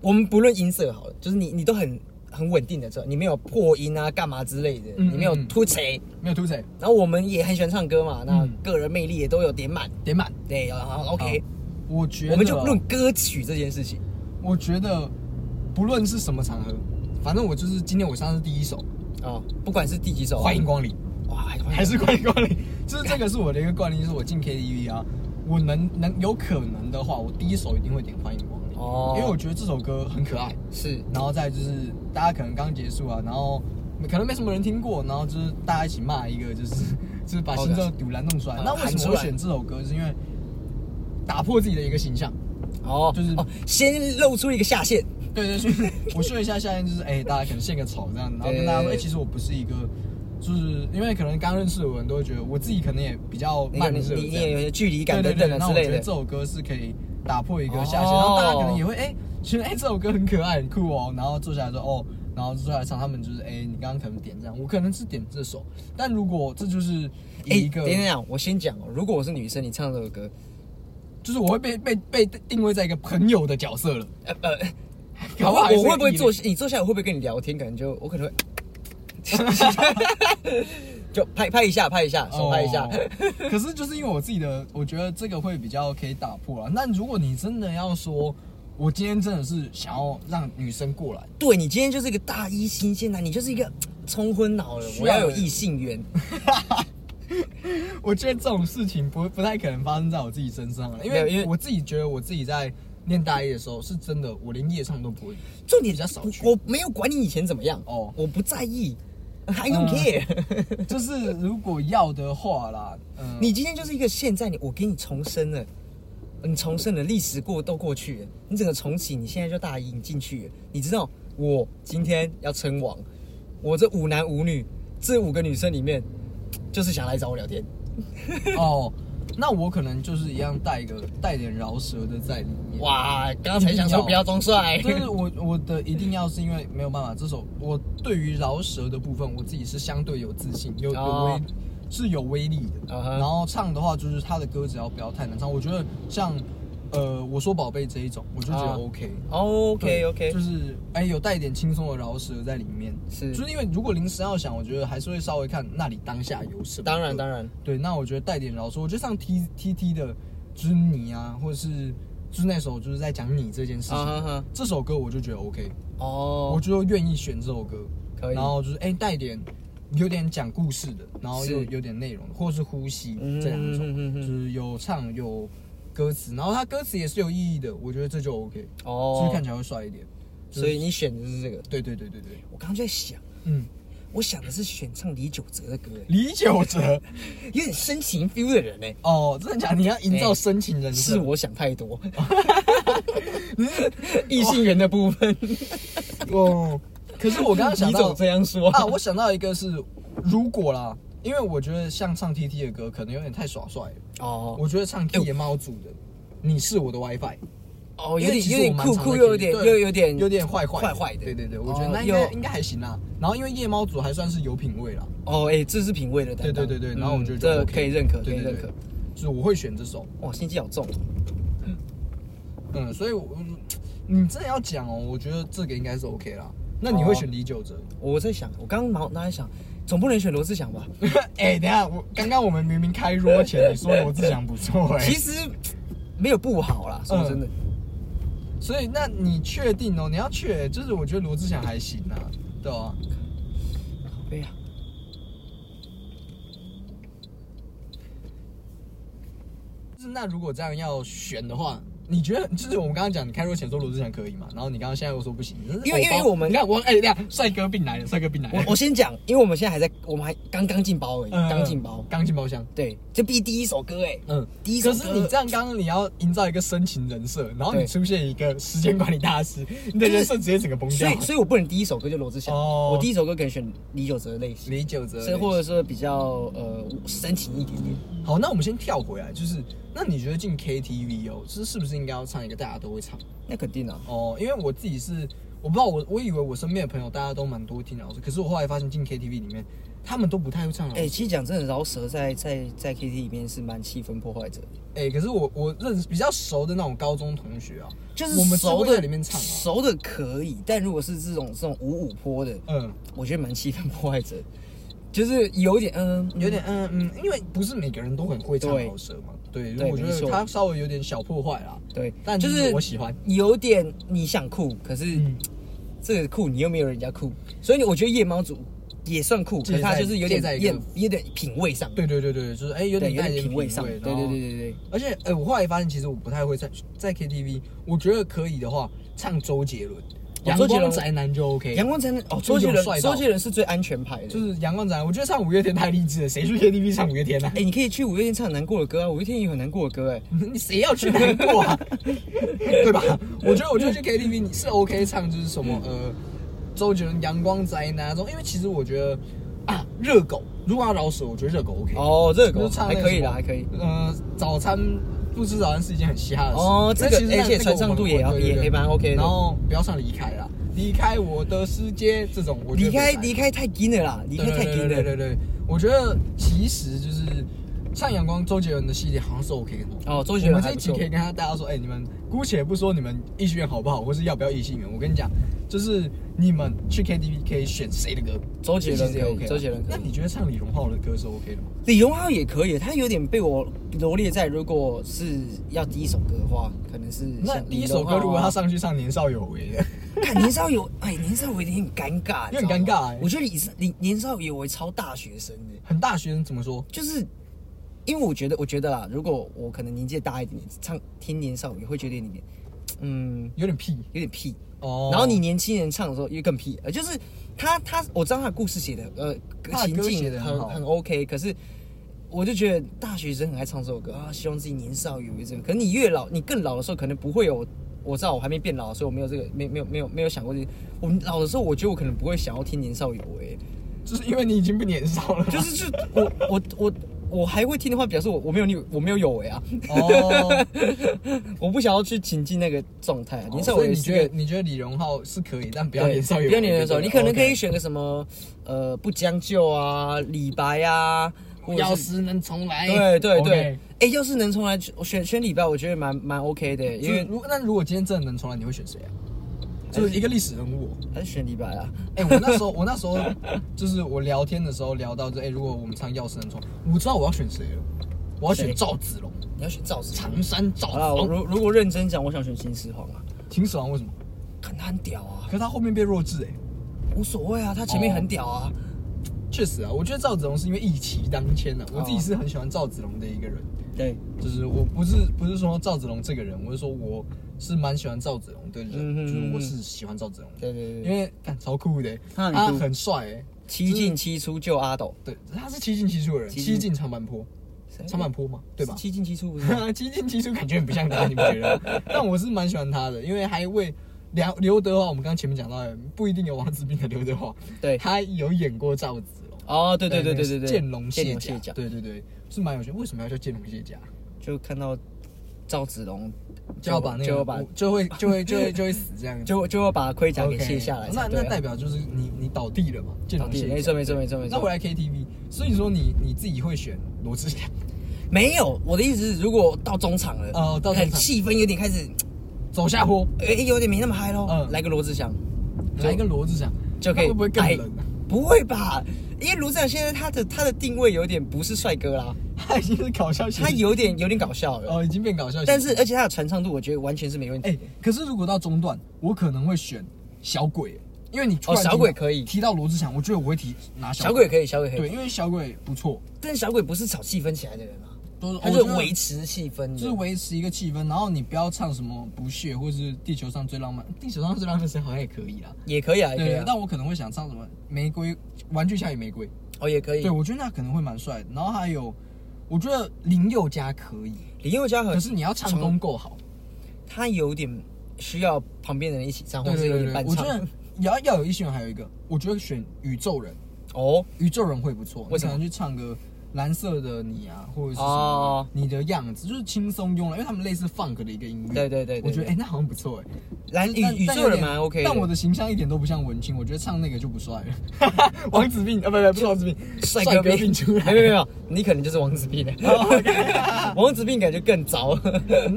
S1: 我们不论音色好了，就是你你都很很稳定的这，你没有破音啊，干嘛之类的，
S2: 嗯
S1: 你没有
S2: 嗯嗯
S1: 突锤。
S2: 没有吐嘴，
S1: 然后我们也很喜欢唱歌嘛，那
S2: 嗯
S1: 个人魅力也都有点满，
S2: 点满。
S1: 对，然后 OK，
S2: 好我觉得
S1: 我们就论，歌曲这件事情，
S2: 我觉得不论是什么场合，反正我就是今天我唱的是第一首，
S1: 哦，不管是第几首，
S2: 欢迎，光临，
S1: 哇，欢迎
S2: 还是欢迎光临。就是这个是我的一个惯例，就是我进 KTV 啊，我能能有可能的话，我第一首一定会点欢迎光临，
S1: 哦
S2: 因为我觉得这首歌很可爱。
S1: 是
S2: 然后再就是大家可能刚结束啊，然后可能没什么人听过，然后就是大家一起骂一个，就是 就是把心中的堵拦弄出来。
S1: 哦
S2: 那为什
S1: 喊
S2: 么
S1: 出
S2: 我
S1: 来
S2: 选这首歌？是因为打破自己的一个形象。
S1: 哦，
S2: 就是
S1: 哦，先露出一个下限，
S2: 对对，所以我秀一下下面就是， 哎、大家可能献个丑这样，然后
S1: 对
S2: 跟大家说，哎、
S1: 对对
S2: 其实我不是一个，就是因为可能刚认识我的人都会觉得，我自己可能也比较
S1: 你
S2: 慢热
S1: 你
S2: 这
S1: 你你
S2: 样
S1: 也有些距离感
S2: 对
S1: 等
S2: 对
S1: 等
S2: 对，
S1: 的啊
S2: 那
S1: 之
S2: 我觉
S1: 类
S2: 得
S1: 的
S2: 这。首歌是可以打破一个下限，
S1: 哦
S2: 然后大家可能也会哎、觉得哎、这首歌很可爱很酷哦，然后坐下来说哦，然后坐下来唱，他们就是哎、你刚刚可能点这样，我可能是点这首，但如果这就是
S1: 哎，
S2: 一个，
S1: 等一下，我先讲哦。如果我是女生，你唱这首歌，
S2: 就是我会被被被定位在一个朋友的 角色了，
S1: 呃呃，
S2: 搞不
S1: 我
S2: 好还是
S1: 我会不会
S2: 一个
S1: 坐？你坐下来我会不会跟你聊天？感觉就我可能会， 就拍拍一下，拍一下，手拍一下。
S2: 哦可是就是因为我自己的，我觉得这个会比较可以打破啊。那如果你真的要说，我今天真的是想要让女生过来，
S1: 对你今天就是一个大一新鲜男，你就是一个冲昏脑了。
S2: 需
S1: 我
S2: 要
S1: 要有
S2: 人
S1: 异性缘，
S2: 我觉得这种事情不不太可能发生在我自己身上啊了，因
S1: 没有
S2: 为
S1: 因为
S2: 我自己觉得我自己在念大一的时候是真的，我连夜唱都不会。
S1: 重点
S2: 比较少去
S1: 我我没有管你以前怎么样
S2: 哦嗯
S1: 哦，我不在意，I don't care。
S2: 就是如果要的话啦，嗯，
S1: 你今天就是一个现在你，我给你重生了，你重生了，历史过都过去了，你整个重启，你现在就大一，你进去了，你知道我今天要称王，我这五男五女，这五个女生里面，就是想来找我聊天，
S2: 哦，那我可能就是一样带一个带点饶舌的在里面。
S1: 哇，刚才想说不要装帅，
S2: 就 是我我的一定要是因为没有办法，这首我对于饶舌的部分，我自己是相对有自信，有有威、
S1: 哦
S2: 是有威力的。
S1: 嗯哼
S2: 然后唱的话，就是他的歌只要不要太难唱，我觉得像呃，我说宝贝这一种，我就觉得
S1: 啊
S2: OK。
S1: OK
S2: 对
S1: OK，
S2: 就是哎，有带一点轻松的饶舌在里面，
S1: 是
S2: 就是因为如果临时要想，我觉得还是会稍微看那里当下有什么。
S1: 当然当然，
S2: 对，那我觉得带点饶舌，我觉得像 T T T 的《就是你》啊，或者是就是那首就是在讲你这件事情
S1: 啊哈哈，
S2: 这首歌我就觉得 OK，、我
S1: 哦，
S2: 就愿意选这首歌。
S1: 可以
S2: 然，后就是哎带点有点讲故事的，然后又
S1: 是
S2: 有点内容的，或者是呼吸
S1: 嗯
S2: 这两种，
S1: 嗯嗯嗯嗯
S2: 就是有唱有歌词，然后它歌词也是有意义的，我觉得这就 OK，、就是
S1: 哦
S2: 看，起来会帅一点。就是
S1: 所以你选的是这个，
S2: 对对对对对，
S1: 我刚刚就在想，
S2: 嗯，
S1: 我想的是选唱李玖哲的歌，哎
S2: 李玖 哲
S1: 有点深情 feel 的人欸呢，
S2: 哦，真的假的？你要营造深情人
S1: 是
S2: 设，
S1: 我想太多， 异性缘的部分，
S2: 哦。可是我刚刚想
S1: 你
S2: 到
S1: 总这样说
S2: 啊，我想到一个是如果啦，因为我觉得像唱 T T 的歌可能有点太耍帅了，
S1: 哦
S2: 我觉得唱夜猫族的《你是我的 WiFi》。
S1: 哦，有
S2: 因为
S1: 点
S2: 其
S1: 有
S2: 实我
S1: 点
S2: 蛮
S1: 酷
S2: 常
S1: 酷，
S2: 在
S1: 又有
S2: 听
S1: 点
S2: 对
S1: 又有点
S2: 有点坏坏
S1: 坏坏的
S2: 对对对，我觉得
S1: 哦
S2: 那应该
S1: 又
S2: 应该还行啦。然后因为夜猫族还算是有品味啦，
S1: 哦，哎，这是品味的担
S2: 对
S1: 当，
S2: 对对对。然后我觉得
S1: 嗯
S2: 就
S1: 这
S2: OK
S1: 可以认可，可
S2: 对
S1: 以
S2: 对
S1: 认
S2: 对
S1: 可，
S2: 就是我会选这首。
S1: 哇，心机好重，
S2: 嗯，所以我你真的要讲哦，我觉得这个应该是 OK 啦。那你
S1: 哦
S2: 会选李玖哲？
S1: 我在想，我刚刚脑脑袋想，总不能选罗志祥吧？
S2: 哎，等一下，我刚刚我们明 明开 roll 前你说罗志祥不错哎
S1: 其，实没有不好啦，说真的，
S2: 所以那你确定哦？你要确，就是我觉得罗志祥还行啊，对吧？嗯
S1: 对呀、
S2: 就是那如果这样要选的话，你觉得就是我们刚刚讲，你开若前说罗志祥可以嘛？然后你刚刚现在又说不行，
S1: 因为因为我们
S2: 你看我哎，这样帅哥病来了，帅哥病来了，
S1: 我我先讲，因为我们现在还在，我们还刚刚进包而已，
S2: 嗯
S1: 刚进包，
S2: 刚进包厢，
S1: 对，这毕第一首歌哎、
S2: 嗯。
S1: 第一首
S2: 可
S1: 歌，
S2: 是你这样，刚刚你要营造一个深情人设，然后你
S1: 对
S2: 出现一个时间管理 大师，你的人设直接整个崩
S1: 所
S2: 掉
S1: 以。所以我不能第一首歌就罗志祥，
S2: 哦
S1: 我第一首歌可能选李玖哲的类型，
S2: 李玖哲
S1: 所以或者说比较呃深情一点点。
S2: 好，那我们先跳回来，就是那你觉得进 KTV 哦，就是是不是应该要唱一个大家都会唱？
S1: 那肯定啊，
S2: 哦，因为我自己是，我不知道我我以为我身边的朋友大家都蛮多听饶舌，可是我后来发现进 KTV 里面，他们都不太会唱饶舌。
S1: 哎、
S2: 哎、
S1: 其实讲真的，饶舌在在在 KT 里面是蛮气氛破坏者的，
S2: 哎可是我我认识比较熟的那种高中同学啊，
S1: 就是
S2: 我们是
S1: 熟
S2: 会
S1: 的
S2: 在里面唱啊
S1: 熟的可以，但如果是这种这种五五坡的，
S2: 嗯，
S1: 我觉得蛮气氛破坏者，就是有点嗯，
S2: 有点嗯嗯，因为不是每个人都很会唱
S1: 对
S2: 饶舌嘛，对，
S1: 对
S2: 我觉
S1: 没
S2: 得
S1: 错
S2: 他稍微有点小破坏啦，
S1: 对，
S2: 但
S1: 就是是
S2: 我喜欢
S1: 有点你想酷，可是
S2: 嗯
S1: 这个酷你又没有人家酷，所以你我觉得夜猫族也算酷，
S2: 介
S1: 可是他
S2: 在
S1: 就是有点
S2: 介在一个
S1: 有点有点品味上，
S2: 对对对对，就是哎、有
S1: 对
S2: 点
S1: 有
S2: 带
S1: 点
S2: 点
S1: 品味上，对
S2: 然
S1: 对
S2: 后
S1: 对对对，
S2: 而且，哎、我后来发现，其实我不太会在在 KTV。我觉得可以的话，唱周杰伦，阳
S1: 哦周杰
S2: 光
S1: 伦
S2: 宅男就 OK。
S1: 对阳光才能哦，
S2: 就
S1: 周
S2: 有
S1: 杰伦
S2: 帅到
S1: 周杰伦是最安全牌的，
S2: 就
S1: 就是
S2: 是阳光宅男，我觉得唱五月天太励志了，谁去 KTV 唱五月天呢、啊
S1: 哎、？你可以去五月天唱难过的歌啊，五月天也有很难过的歌哎、
S2: 你谁要去难过 啊？对吧？我觉得，我觉得去 KTV 你是 OK 唱，就是什么呃，周杰伦《阳光宅男》那种，因为其实我觉得啊，热狗如果要饶舌，我觉得热狗 OK。
S1: 哦，这个
S2: 就
S1: 歌
S2: 是唱
S1: 还
S2: 那个
S1: 可以
S2: 什么
S1: 啦，还可以。
S2: 呃，早餐不吃早餐是一件很嘻哈的事。
S1: 哦这个
S2: 那其实那
S1: 而且
S2: 那个
S1: 传唱
S2: 我们
S1: 度也要
S2: 对对对
S1: 也蛮 OK 的
S2: 然后不要唱离开啦，离开我的世界这种，我觉得
S1: 离开
S2: 不太
S1: 离开太硬了啦，离开太
S2: 对对
S1: 硬
S2: 对
S1: 了。
S2: 对对，我觉得其实就是唱阳光周杰伦的系列好像是 OK 的。
S1: 哦，周
S2: 我
S1: 杰伦
S2: 们这
S1: 还
S2: 一
S1: 不
S2: 集
S1: 错
S2: 可。以跟他大家说，哎、你们姑且不说你们异性缘好不好，或是要不要异性缘，我跟你讲，就是你们去 KTV 可以选谁的歌，
S1: 周杰伦
S2: 其实也
S1: 可以
S2: OK 啊。
S1: 周杰伦可以
S2: 那你觉得唱李荣浩的歌是 OK 的吗？
S1: 李荣浩也可以，他有点被我罗列在，如果是要第一首歌的话，可能是
S2: 那
S1: 像
S2: 第一
S1: 李
S2: 首
S1: 荣浩啊
S2: 歌如果他，上去唱《年少有欸为》的，
S1: 看年少有哎，年少有为有点尴尬，
S2: 有点
S1: 你知道吗
S2: 尴尬哎
S1: 我觉得李李年少有为超大学生的，
S2: 很大学生怎么说？
S1: 就是因为我觉得，我觉得啦，如果我可能年纪大一点，唱听年少有为会觉得有点，嗯，
S2: 有点屁
S1: 有点屁。
S2: 哦。
S1: 然后你年轻人唱的时候又更屁，呃，就是他他我知道他的故事写的呃
S2: 他的
S1: 情
S2: 歌写
S1: 境
S2: 得很
S1: 很
S2: 好
S1: 很 OK，可是我就觉得大学生很爱唱这首歌啊，希望自己年少有为这个。可是你越老，你更老的时候，可能不会有。我知道我还没变老，所以我没有这个，没没有没有没有想过这个。我们老的时候，我觉得我可能不会想要听年少有 为，
S2: 就是因为你已经不年少了嘛，
S1: 就是就我我我我还会听的话，表示我我没有你我没有有为啊，
S2: 哦。
S1: 我不想要去情进那个状态啊。 年少有
S2: 所以
S1: 为
S2: 你
S1: 是
S2: 觉
S1: 个
S2: 得你觉得李荣浩是可以，但不
S1: 不
S2: 要年少有为，
S1: 不要年
S2: 对哦
S1: 少，
S2: 对
S1: 你可能可以
S2: OK
S1: 选个什么，呃，不将就啊，李白啊，或者
S3: 要
S1: 是
S3: 是能重来，
S1: 对对对
S3: OK，
S1: 哎，要是能重来选选礼拜，我觉得蛮蛮 OK 的，因
S2: 因为
S1: 为
S2: 如果那如果今天真的能重来，你会选谁啊？就是一个历史人物哦、
S1: 还是选礼拜啊。
S2: 哎、我那时候，我那时候就是我聊天的时候聊到这，哎、如果我们唱《药师能重》，我知道我要选谁了，我要选
S1: 谁
S2: 赵子龙，
S1: 你要选赵子
S3: 长山赵
S1: 好了，我
S3: 子龙，
S1: 如如果认真讲，我想选秦始皇啊，
S2: 秦始皇为什么？
S1: 看他很屌啊
S2: 可，是他后面被弱智哎、
S1: 无所谓啊，他前
S2: 哦
S1: 面很屌啊。
S2: 确实啊，我觉得赵子龙是因为一骑当千啊，我自己是很喜欢赵子龙的一个人，
S1: 对，
S2: 就是我不是不是说赵子龙这个人，我是说我是蛮喜欢赵子龙的人，
S1: 嗯哼
S2: 就是我是喜欢赵子龙的，
S1: 对对对
S2: 因为干超酷的欸、
S1: 他很啊酷
S2: 很帅哎、
S1: 七进七出救阿斗，
S2: 对，他是七进七出的人，
S1: 七进
S2: 七进长坂坡，长坂坡嘛，对吧？
S1: 七进七出不 是吗？
S2: 七进七出感觉很不像他，你不 觉得？但我是蛮喜欢他的，因为还为刘刘德华，我们刚刚前面讲到的，不一定有王子病的刘德华，
S1: 对
S2: 他有演过赵子龙，
S1: 哦，对对对对
S2: 那
S1: 对
S2: 个
S1: 对，
S2: 见龙卸
S1: 卸
S2: 甲，对对对，是蛮有趣。为什么要叫见龙卸甲？
S1: 就看到赵子龙
S2: 就要把那个
S1: 就要把
S2: 就会就会就会就会死这样子，
S1: 就就要把盔甲给
S2: OK
S1: 卸下来才
S2: 那
S1: 对啊，
S2: 那代表就是你你倒地了嘛，见
S1: 倒
S2: 龙
S1: 地
S2: 卸甲，
S1: 没错没错没错没错
S2: 那回来 KTV，所以说你你自己会选罗志祥，
S1: 没有，我的意思是，如果到中场了，
S2: 哦到中场
S1: 很气氛有点开始，
S2: 走下坡，
S1: 哎、有点没那么嗨喽，
S2: 嗯
S1: 来个罗志祥就
S2: 来一个罗志祥
S1: 就可以
S2: 那会不会更
S1: 哎
S2: 冷啊？
S1: 不会吧？因为罗志祥现在他的他的定位有点不是帅哥啦，
S2: 他已经是搞笑型，
S1: 他有点有点搞笑了，
S2: 哦已经变搞笑型，
S1: 但是而且他的传唱度，我觉得完全是没问题。
S2: 哎、可是如果到中段，我可能会选小鬼，因为你突
S1: 哦
S2: 然提到、
S1: 小鬼可以
S2: 提到罗志祥，我觉得我会提拿
S1: 小
S2: 鬼
S1: 鬼可以，小鬼可以，
S2: 对，因为小鬼不错，
S1: 但小鬼不是炒气氛起来的人啊，
S2: 都
S1: 他
S2: 哦我
S1: 是
S2: 觉得
S1: 维持气氛的，
S2: 就是维持一个气氛，然后你不要唱什么不屑或是地球上最浪漫，地球上最浪漫谁好像也可以啦。
S1: 也可以啊，也可以
S2: 对
S1: 啊，，
S2: 但我可能会想唱什么玫瑰，玩具下雨玫瑰，
S1: 哦也可以
S2: 对。我觉得那可能会蛮帅的。然后还有，我觉得林宥嘉可以，
S1: 林宥嘉和
S2: 可是你要唱功够好，
S1: 他有点需要旁边的人一起唱，或
S2: 对
S1: 者是
S2: 对
S1: 有
S2: 对
S1: 点
S2: 对，
S1: 伴
S2: 我觉
S1: 唱。
S2: 得要要有一些人，还有一个，我觉得选宇宙人。
S1: 哦，
S2: 宇宙人会不错，
S1: 为
S2: 我
S1: 什
S2: 可
S1: 么
S2: 能去唱个《蓝色的你》啊，或者是什
S1: 哦
S2: 么《你的样子》，就是轻松慵懒，因为他们类似 funk 的一个音乐。
S1: 对对对对
S2: 我觉得哎、那好像不错哎、
S1: 蓝宇
S2: 但
S1: 宇
S2: 但
S1: 宙
S2: 有
S1: 人
S2: 点
S1: 蛮 OK 的，
S2: 但我的形象一点都不像文青，我觉得唱那个就不帅了。王子病啊，不不不是王子病，
S1: 帅
S2: 哥
S1: 哥病
S2: 出来。哦
S1: 没有没有没有，你可能就是王子 病了。 王子病感觉更糟。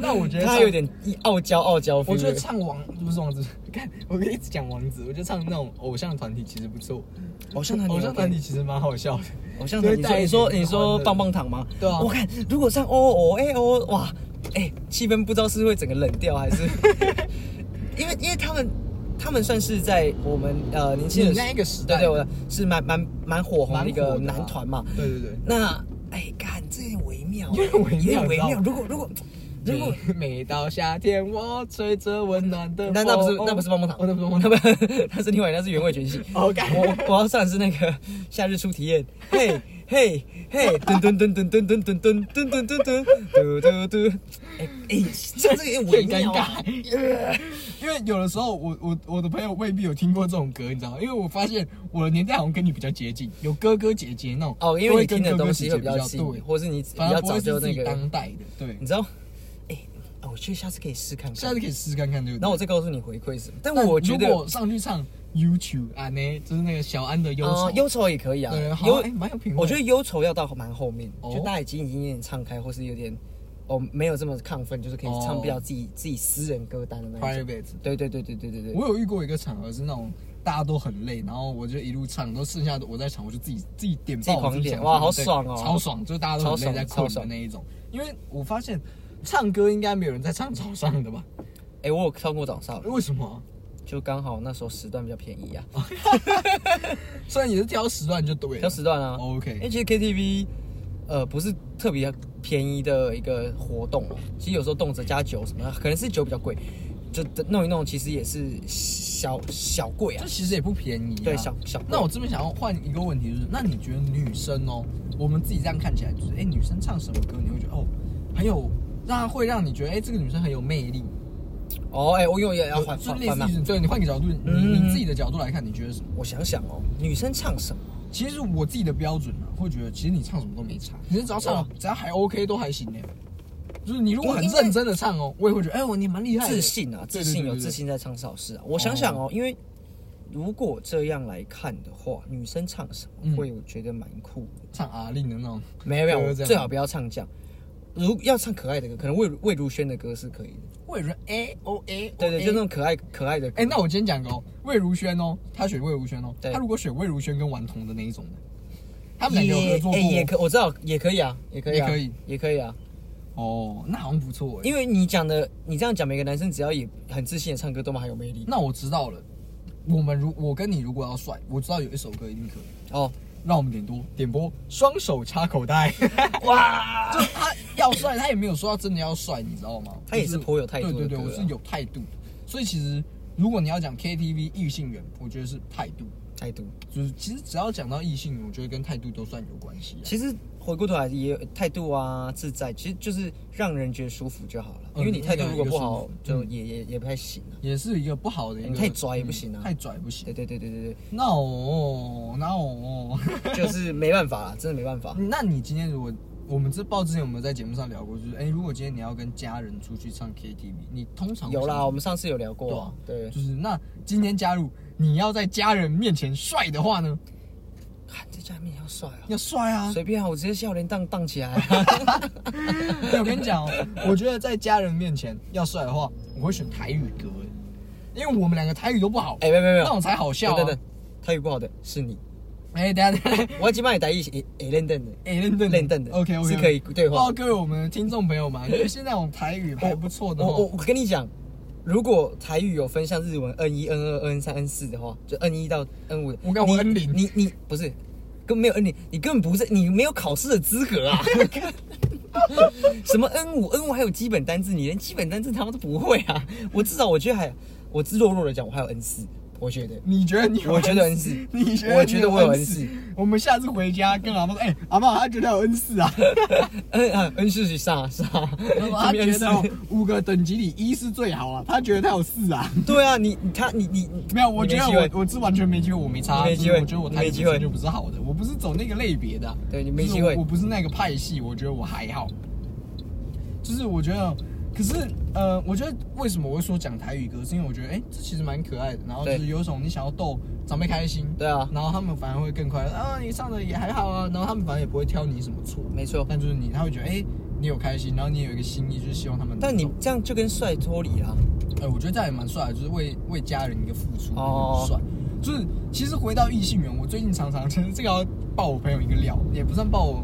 S2: 那我觉得
S1: 他
S2: 唱
S1: 有点傲娇傲娇 feel。
S2: 我觉得唱王不是王子，看我一直讲王子，我觉得唱那种偶像团体其实不错，
S1: 偶像团体
S2: 偶像团体
S1: OK，
S2: 其实蛮好笑的。
S1: 偶像团体，
S2: 就会带
S1: 你
S2: 一
S1: 说
S2: 点
S1: 你说
S2: 欢乐
S1: 棒棒糖吗？
S2: 对啊
S1: 我看如果唱哦哦哎哦哇，哎气氛不知道是会整个冷掉还是， 因为因为他们他们算是在我们呃年轻人
S2: 你那一个时代
S1: 对对，我是蛮蛮蛮火红的一
S2: 蛮
S1: 个
S2: 火的啊
S1: 男团嘛。
S2: 对对对，
S1: 那哎，看这有点微妙，
S2: 有点微妙
S1: 有点微
S2: 你知
S1: 妙。
S2: 道吗
S1: 如果如果如果
S2: 每每到夏天，我吹着温暖的风。
S1: 那那不是那不是棒棒糖，哦
S2: 哦那不是棒棒
S1: 那
S2: 糖。
S1: 不 那是另外，那是原味全系。
S2: 好感
S1: 我我要上的是那个 夏日初体验，嘿嘿嘿， 噔噔噔噔噔噔噔噔噔噔噔噔嘟嘟嘟，哎哎，像这个有点微
S2: 很尴
S1: 妙啊，
S2: 尬，因为有的时候我我我的朋友未必有听过这种歌，你知道吗？因为我发现我的年代好像跟你比较接近，有哥哥姐姐那种
S1: 哦，因为你
S2: 都会
S1: 听
S2: 跟
S1: 的
S2: 哥哥
S1: 东西
S2: 姐
S1: 会
S2: 姐
S1: 比
S2: 比
S1: 较
S2: 较
S1: 近，
S2: 对，
S1: 或是你比
S2: 反
S1: 较
S2: 而不
S1: 早
S2: 会是
S1: 就
S2: 自
S1: 那
S2: 己
S1: 个，
S2: 当代的，对
S1: 你。知道？哎，啊我觉得下次可以试看看，
S2: 下次可以试看看，对不对？
S1: 然后我再告诉你回馈是什么。但
S2: 但
S1: 我觉得
S2: 如果上去唱 YouTube 啊，那就是那个小安的忧
S1: 啊
S2: 愁，
S1: 忧愁也可以啊
S2: 对，好
S1: 忧
S2: 哎蛮有品味
S1: 我觉得忧愁要到蛮后面，
S2: 哦
S1: 就大家已经已经有点唱开，或是有点哦没有这么亢奋，就是可以
S2: 哦
S1: 唱比较自己自己私人歌单的那一种。
S2: private。
S1: 对对对对对对对。
S2: 我有遇过一个场合是那种大家都很累，然后我就一路唱，都剩下的我在唱，我就自己自己点
S1: 自己
S2: 爆，
S1: 狂
S2: 我自己想
S1: 点哇
S2: 唱
S1: 好
S2: 对
S1: 爽哦
S2: 超爽，就是大家都
S1: 超
S2: 很
S1: 爽
S2: 累在
S1: 超
S2: 困的
S1: 爽
S2: 那一种。因为我发现唱歌应该没有人在唱早上的吧？
S1: 哎，我有唱过早上，
S2: 为什么啊？
S1: 就刚好那时候时段比较便宜啊，
S2: 虽然也是挑时段就对了，
S1: 挑时段啊。
S2: OK
S1: 哎，其实 KTV 呃不是特别便宜的一个活动哦，其实有时候动辄加酒什么，可能是酒比较贵，就弄一弄其实也是小小贵啊
S2: 这。其实也不便宜、啊。
S1: 对小小
S2: 那我这边想要换一个问题，就是那你觉得女生哦，我们自己这样看起来，就是哎、女生唱什么歌你会觉得哦，很有，让她会让你觉得哎、这个女生很有魅力。
S1: 哦，哎，我有也要换
S2: 就
S1: 换
S2: 类
S1: 换嘛
S2: 似。于对你换个角度，你、
S1: 嗯
S2: 你自己的角度来看，你觉得什么？
S1: 我想想哦，女生唱什么？
S2: 其实我自己的标准啊，会觉得其实你唱什么都没差，你只要唱
S1: 哇
S2: 只要还 OK 都还行呢。就是你如果很认真的唱哦，我也会觉得，哎、我你蛮厉害的，
S1: 自信啊，自
S2: 对哦
S1: 信有
S2: 对对对
S1: 自信在唱是好事啊。我想想哦，因为如果这样来看的话，女生唱什么
S2: 嗯
S1: 会我觉得蛮酷的？
S2: 唱阿令的那种，
S1: 没有没有，
S2: 歌
S1: 我
S2: 这样
S1: 最好不要唱这样。如要唱可爱的歌，可能魏如魏如萱的歌是可以的。
S2: 魏如
S1: 哎
S2: A
S1: 哦
S2: O A，
S1: 对对，就那种可爱可爱的歌。
S2: 哎、哦那我今天讲个哦，魏如萱哦，她选魏如萱哦，
S1: 对
S2: 她如果选魏如萱跟顽童的那一种的，他们两个有合作过
S1: 也哎也可我知道也可以啊，也可以啊，
S2: 也可以
S1: 也可以啊。
S2: 哦，那好像不错哎。
S1: 因为你讲的，你这样讲，每个男生只要也很自信的唱歌，都蛮有魅力。
S2: 那我知道了，我们如我跟你如果要帅，我知道有一首歌一定可以，
S1: 哦，
S2: 让我们点播点播，双手插口袋，
S1: 哇，
S2: 就他要帅，他也没有说他真的要帅，你知道吗？
S1: 他也是
S2: 就
S1: 颇有态度的
S2: 对对对，
S1: 歌啊
S2: 我是有态度的，所以其实如果你要讲 KTV 异性缘，我觉得是态度。
S1: 态度。
S2: 就是其实只要讲到异性，我觉得跟态度都算有关系、啊。
S1: 其实回过头来也有态度啊，自在，其实就是让人觉得舒服就好了。
S2: 嗯
S1: 因为你态度如果不好，
S2: 一个舒
S1: 就
S2: 服
S1: 也也也不太行啊。
S2: 也是一个不好的一
S1: 你
S2: 个，
S1: 太拽也不行啊
S2: 嗯太拽不行
S1: 对。对对对对
S2: No No，
S1: 对，就是没办法啦，真的没办法。
S2: 那你今天如果我们这报之前有没有在节目上聊过？就是哎、如果今天你要跟家人出去唱 KTV，你通常
S1: 有啦，我们
S2: 上
S1: 上次有聊
S2: 对
S1: 过啊。
S2: 啊
S1: 对，
S2: 就是那今天加入，你要在家人面前帅的话呢，
S1: 看在家里面要帅啊，
S2: 要帅啊！
S1: 随便啊，我直接笑脸荡荡起来啊。
S2: 对，我跟你讲哦，我觉得在家人面前要帅的话，我会选台语歌，哎因为我们两个台语都不好，
S1: 哎，没有没有没有，
S2: 那种才好笑、啊。
S1: 等等等，泰语不好的是你，
S2: 哎、等一下等一下。
S1: 我要去帮你打一些 A 练凳的。
S2: 哎，认真
S1: 认真的
S2: OK OK
S1: 是可以对话
S2: 哦，各位我们的听众朋友们，因为现在我们台语还不错的
S1: 我我
S2: 哦。
S1: 我跟你讲，如果台语有分像日文 N 一、N 二、N 三、N 四的话，就 N 一到 N 五的，
S2: 我刚
S1: 你
S2: 我 N 零
S1: 你你不是。根本没有 N 零，你根本不是，你没有考试的资格啊！ 什么 N 五、N 五还有基本单字，你连基本单字他们都不会啊！我至少我觉得还，我自弱弱的讲，我还有 N 四，我觉得
S2: 你觉得你有
S1: 我觉得
S2: N
S1: 恩赐
S2: 你觉得
S1: 我觉得我有
S2: 恩
S1: N 赐。
S2: 我们下次回家跟阿妈说，哎，阿妈他觉得有 N 四啊，
S1: N 啊 N 四是啥啥？
S2: 然后
S1: 这
S2: 他
S1: 边
S2: 觉
S1: N 四
S2: 得哦五个等级里一是最好啊，他觉得他有四啊。
S1: 对啊，你你他你你
S2: 没有，我
S1: 你
S2: 觉得
S1: 机会
S2: 我我是完全没机会，我没差，
S1: 你没机会
S2: 就是我觉得我台
S1: 你没
S2: 语
S1: 机会
S2: 本身就不是好的，我不是走那个类别的啊，
S1: 对你没
S2: 就是
S1: 机会
S2: 我我不是那个派系，我觉得我还好，就是我觉得，可是呃，我觉得为什么我会说讲台语歌，是因为我觉得哎、这其实蛮可爱的，然后就
S1: 对
S2: 是有一种你想要逗长辈开心，
S1: 对啊
S2: 然后他们反而会更快乐啊，你唱的也还好啊，然后他们反而也不会挑你什么错，
S1: 没错，
S2: 但就是你他会觉得哎、你有开心，然后你也有一个心意，就是希望他们能
S1: 但你
S2: 懂
S1: 这样就跟帅脱离啊啦。
S2: 哎、我觉得这样也蛮帅的，就是为为家人一个付出，
S1: 哦
S2: 很帅。就是其实回到异性缘，我最近常常 其实这个要爆我朋友一个料，也不算爆我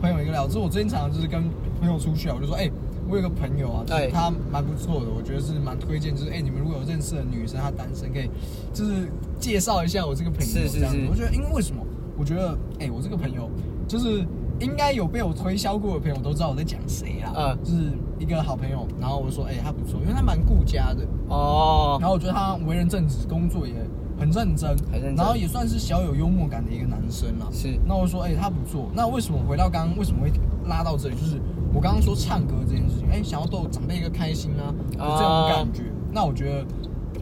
S2: 朋友一个料，就是我最近常常就是跟朋友出去啊，我就说，哎、我有个朋友啊，就是
S1: 哎
S2: 他蛮不错的，我觉得是蛮推荐，就是哎、你们如果有认识的女生她单身，可以就是介绍一下我这个朋友，
S1: 是是
S2: 这样子
S1: 是
S2: 我觉得因为为什么？我觉得哎、我这个朋友就是应该有被我推销过的朋友都知道我在讲谁啦，
S1: 嗯
S2: 就是一个好朋友，然后我说，哎、他不错，因为他蛮顾家的。
S1: 哦
S2: 然，后我觉得他为人正直，工作也很认真，
S1: 很认真
S2: 然后也算是小有幽默感的一个男生啦。
S1: 是
S2: 那我说，哎、他不错。那为什么回到刚刚为什么会拉到这里？就是我刚刚说唱歌这件事情，哎、想要逗长辈一个开心啊，有这种感觉。那我觉得。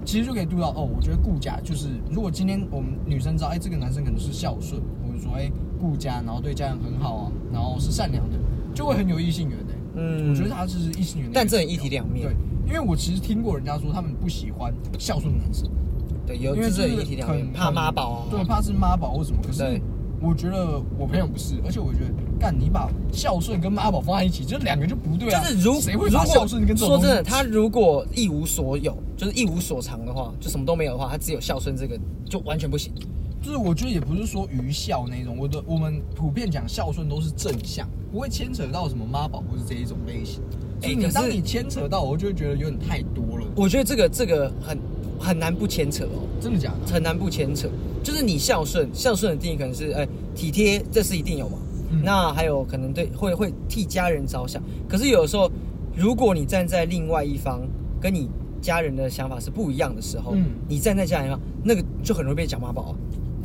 S2: 其实就可以度到哦，我觉得顾家就是，如果今天我们女生知道，哎，这个男生可能是孝顺，或者说哎顾家，然后对家人很好啊，然后是善良的，就会很有异性缘的、
S1: 嗯
S2: 我觉得他就是异性缘的一个指标，
S1: 但这很一体两面
S2: 对，因为我其实听过人家说，他们不喜欢孝顺男生，
S1: 对，有
S2: 因为
S1: 这
S2: 就是
S1: 有一体两
S2: 很
S1: 面，怕妈宝啊。
S2: 对，怕是妈宝或什么。可是
S1: 对
S2: 我觉得我朋友不是，而且我觉得，干你把孝顺跟妈宝放在一起，这两个就不对啊。
S1: 就是如
S2: 谁
S1: 如
S2: 会
S1: 果
S2: 把孝顺跟这种
S1: 说
S2: 东西
S1: 真的，他如果一无所有，就是一无所长的话，就什么都没有的话，他只有孝顺这个就完全不行。
S2: 就是我觉得也不是说愚孝那种，我的我们普遍讲孝顺都是正向，不会牵扯到什么妈宝或是这一种类型。
S1: 哎
S2: 所以你
S1: 可是
S2: 当你牵扯到，我就会觉得有点太多了。
S1: 我觉得这个这个很很难不牵扯哦。
S2: 真的假的？
S1: 很难不牵扯。就是你孝顺，孝顺的定义可能是哎、体贴，这是一定有嘛。
S2: 嗯
S1: 那还有可能对会会替家人着想。可是有的时候，如果你站在另外一方，跟你家人的想法是不一样的时候，
S2: 嗯
S1: 你站在家人方，那个就很容易被讲妈宝啊、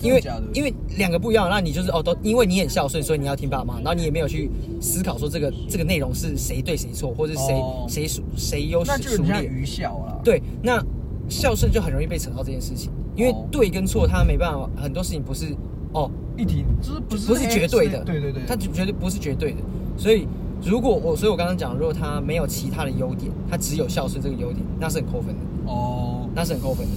S1: 因
S2: 真的
S1: 为
S2: 假的
S1: 因为两个不一样，那你就是哦，都因为你很孝顺，所以你要听爸妈，然后你也没有去思考说这个这个内容是谁对谁错，或者谁、
S2: 哦
S1: 谁孰谁优
S2: 那
S1: 谁
S2: 就
S1: 孰
S2: 有点像
S1: 劣。
S2: 愚孝啊啦。
S1: 对，那孝顺就很容易被扯到这件事情，因为
S2: 哦
S1: 对跟错他没办法，很多事情不是哦，
S2: 一体就是不是
S1: 不是绝对的，
S2: 对对对，
S1: 他就绝对不是绝对的。所以如果我，所以我刚刚讲，如果他没有其他的优点，他只有孝顺这个优点，那是很扣分的，
S2: 哦，
S1: 那是很扣分的。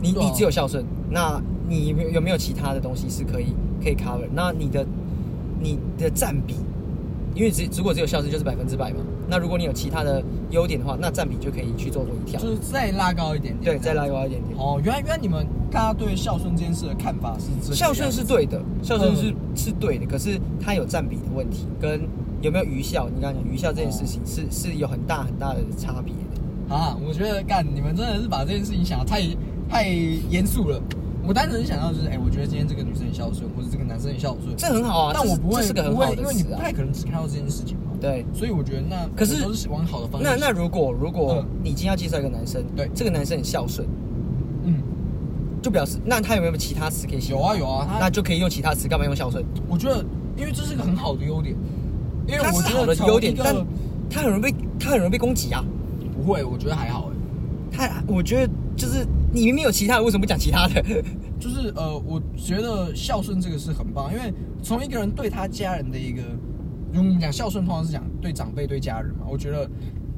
S1: 你
S2: 对啊
S1: 你只有孝顺，那你有没有有没有其他的东西是可以可以 cover？那你的你的占比，因为只如果只有孝顺就是百分之百嘛，那如果你有其他的优点的话，那占比就可以去做微调
S2: 就，是再拉高一点点。
S1: 对，再拉高一点点。
S2: 哦，原来原来你们大家对孝顺这件事的看法是这个
S1: 孝顺
S2: 样子
S1: 是对的，孝顺是、
S2: 嗯
S1: 是对的，可是它有占比的问题，跟有没有愚孝，你刚刚讲愚孝这件事情是、
S2: 嗯
S1: 是有很大很大的差别的。
S2: 啊，我觉得干你们真的是把这件事情想得太太严肃了。我单纯是想到就是，哎、我觉得今天这个女生很孝顺，或者这个男生很孝顺，
S1: 这很好啊，
S2: 但
S1: 这
S2: 我
S1: 是
S2: 不会
S1: 这是个
S2: 不
S1: 很
S2: 会
S1: 好，的
S2: 因为你
S1: 事
S2: 不
S1: 啊。
S2: 太可能只看到这件事情嘛。
S1: 对，
S2: 所以我觉得那
S1: 可是
S2: 我都是往好的方
S1: 那
S2: 向。
S1: 那如果如果
S2: 嗯
S1: 你今天要介绍一个男生，
S2: 对
S1: 这个男生很孝顺，
S2: 嗯，
S1: 就表示那他有没有其他词可以形容
S2: 有啊有啊他
S1: 那就可以用其他词，干嘛用孝顺？
S2: 我觉得因为这是个很好的优点，因为
S1: 他
S2: 我
S1: 是
S2: 觉
S1: 好
S2: 得
S1: 的
S2: 从
S1: 优点
S2: 一，个
S1: 但他很容易被他很容易被攻击啊。
S2: 不会，我觉得还好哎、
S1: 他我觉得就是你明明有其他的，为什么不讲其他的？
S2: 就是呃，我觉得孝顺这个是很棒，因为从一个人对他家人的一个，如果我们讲孝顺，通常是讲对长辈、对家人嘛。我觉得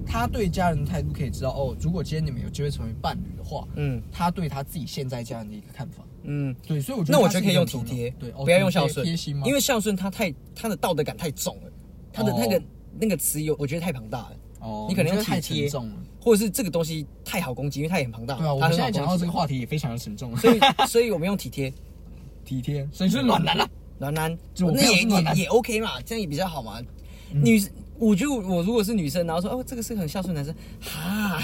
S2: 他对家人的态度可以知道哦，如果今天你们有机会成为伴侣的话，
S1: 嗯
S2: 他对他自己现在家人的一个看法。
S1: 嗯。
S2: 对，所以我觉得
S1: 那我
S2: 他
S1: 觉
S2: 是
S1: 得可以用
S2: 一个
S1: 体
S2: 很重要
S1: 贴，
S2: 对，哦
S1: 不要用
S2: 体
S1: 孝
S2: 贴
S1: 顺
S2: 贴心嘛，，
S1: 因为孝顺他太他的道德感太重了，他的那个、
S2: 哦
S1: 那个词有我觉得太庞大了，
S2: 哦，
S1: 你可能用
S2: 我觉得太
S1: 体
S2: 沉
S1: 贴
S2: 重了。，
S1: 或者是这个东西太好攻击，因为它也很庞大，
S2: 对啊，我
S1: 它
S2: 们
S1: 很
S2: 现在
S1: 好
S2: 讲
S1: 攻
S2: 到
S1: 击
S2: 这个话题也非常的沉重，
S1: 所以所以我们用体贴
S2: 体贴， 所以是暖男了。
S1: 暖男，
S2: 就我
S1: 那
S2: 朋友
S1: 也
S2: 是暖男嗯
S1: 也也 OK 嘛，这样也比较好嘛。女，我觉得我如果是女生，然后说哦这个是个很孝顺的男生，哈，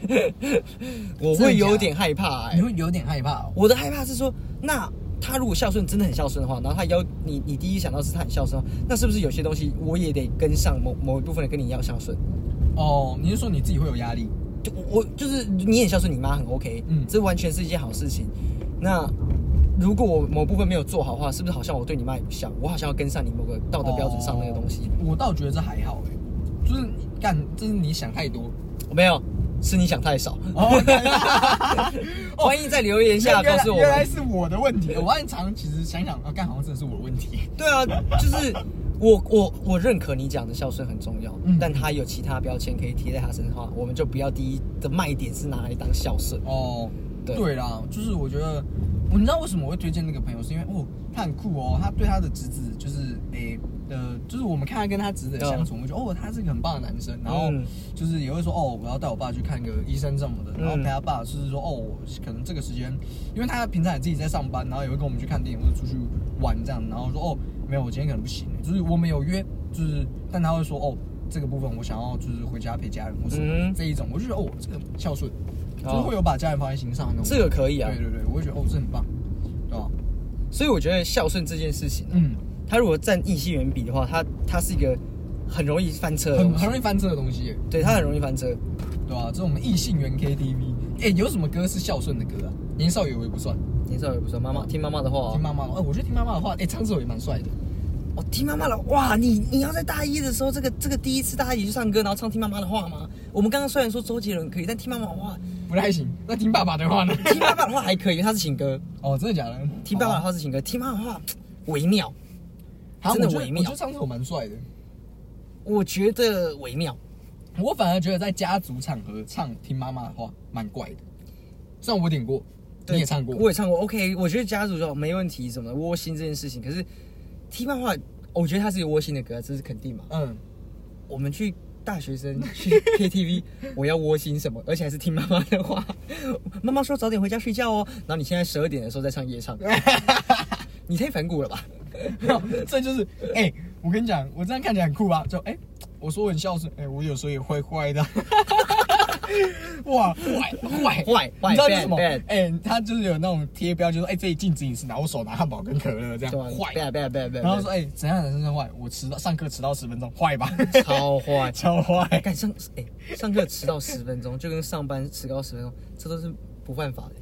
S1: 我会有点害怕哎、
S2: 你会有点害怕哦。
S1: 我的害怕是说，那他如果孝顺真的很孝顺的话，然后他要你，你第一想到是他很孝顺的话，那是不是有些东西我也得跟上某某一部分人跟你一样孝顺？
S2: 哦，你是说你自己会有压力？
S1: 就我我就是你很孝顺，你妈很 OK，
S2: 嗯
S1: 这完全是一件好事情。那如果我某部分没有做好的话，是不是好像我对你妈也不孝？我好像要跟上你某个道德标准上那个东西？
S2: 哦我倒觉得这还好哎、就是你干，这是你想太多。
S1: 我没有，是你想太少。
S2: 哦，
S1: 欢迎在留言下告诉我
S2: 原来
S1: 们。
S2: 是我的问题。我暗藏其实想想啊，干好像真的是我的问题。
S1: 对啊，就是我我我认可你讲的孝顺很重要，
S2: 嗯
S1: 但他有其他标签可以贴在他身上，我们就不要第一的卖点是拿来当孝顺。
S2: 哦，
S1: 对
S2: 对啦，就是我觉得，我你知道为什么我会推荐那个朋友，是因为哦，他很酷哦，他对他的侄子就是诶、呃，就是我们看他跟他侄子的相处，我们觉得哦，他是一个很棒的男生，然后
S1: 嗯
S2: 就是也会说哦，我要带我爸去看个医生什么的，然后陪他爸就是说哦，我可能这个时间，因为他平常也自己在上班，然后也会跟我们去看电影或者出去玩这样，然后说哦，没有，我今天可能不行，就是我们有约，就是但他会说哦。这个部分我想要就是回家陪家人或什么
S1: 嗯
S2: 这一种，我就觉得哦，这个孝顺，就是
S1: 哦
S2: 会有把家人放在心上的那种。
S1: 这个可以啊
S2: 嗯对，对对，我会觉得哦，这很棒，对吧？
S1: 所以我觉得孝顺这件事情、啊，
S2: 嗯，
S1: 它如果占异性缘比的话，它它是一个很容易翻车的
S2: 很
S1: 东西
S2: 很，容易翻车的东西耶，
S1: 对，它很容易翻车。
S2: 对吧？这种异性缘 KTV，哎，有什么歌是孝顺的歌啊？年少有为不算，
S1: 年少也不说，妈妈听妈妈的话、
S2: 听妈妈的。哎，我觉得听妈妈的话，哎，唱这首也蛮帅的。
S1: 我、哦、听妈妈的哇！你你要在大一的时候，这个这个第一次大家一起去唱歌，然后唱听妈妈的话吗？我们刚刚虽然说周杰伦可以，但听妈妈的话，
S2: 不太行，那听爸爸的话呢？
S1: 听妈妈的话还可以，因为他是情歌，
S2: 哦，真的假的？
S1: 听爸爸的哦话是情歌，听妈妈的话微妙，
S2: 好吧，
S1: 真的
S2: 我觉得
S1: 微妙
S2: 我觉得唱这首蛮帅的。
S1: 我觉得微妙。
S2: 我反而觉得在家族场合唱听妈妈的话蛮怪的，虽然我点过，你也唱过，
S1: 我也唱过。OK，我觉得家族说没问题，什么的窝心这件事情，可是听漫画，我觉得它是一个窝心的歌，这是肯定嘛。
S2: 嗯，
S1: 我们去大学生 去 KTV，我要窝心什么，而且还是听妈妈的话。妈妈说早点回家睡觉哦，然后你现在十二点的时候再唱夜 唱，你太反骨了吧？
S2: 这就是，哎、我跟你讲，我这样看起来很酷吧？就哎、我说我很孝顺，哎、我有时候也坏坏的， 哇，坏坏
S1: 坏坏
S2: 你知道这是
S1: bad，
S2: 什么？哎
S1: bad、
S2: 他就是有那种贴标，就说哎、这里禁止饮食，然后我手拿汉堡跟可乐这
S1: 对啊
S2: 样
S1: 吧？
S2: 坏
S1: 不，要不要不要不要，
S2: 然后说哎、怎样的人生坏？我迟到上课迟到十分钟，坏吧？。
S1: 超坏
S2: 超坏，
S1: 干上哎、上课迟到十分钟，就跟上班迟到十分钟，这都是不犯法的。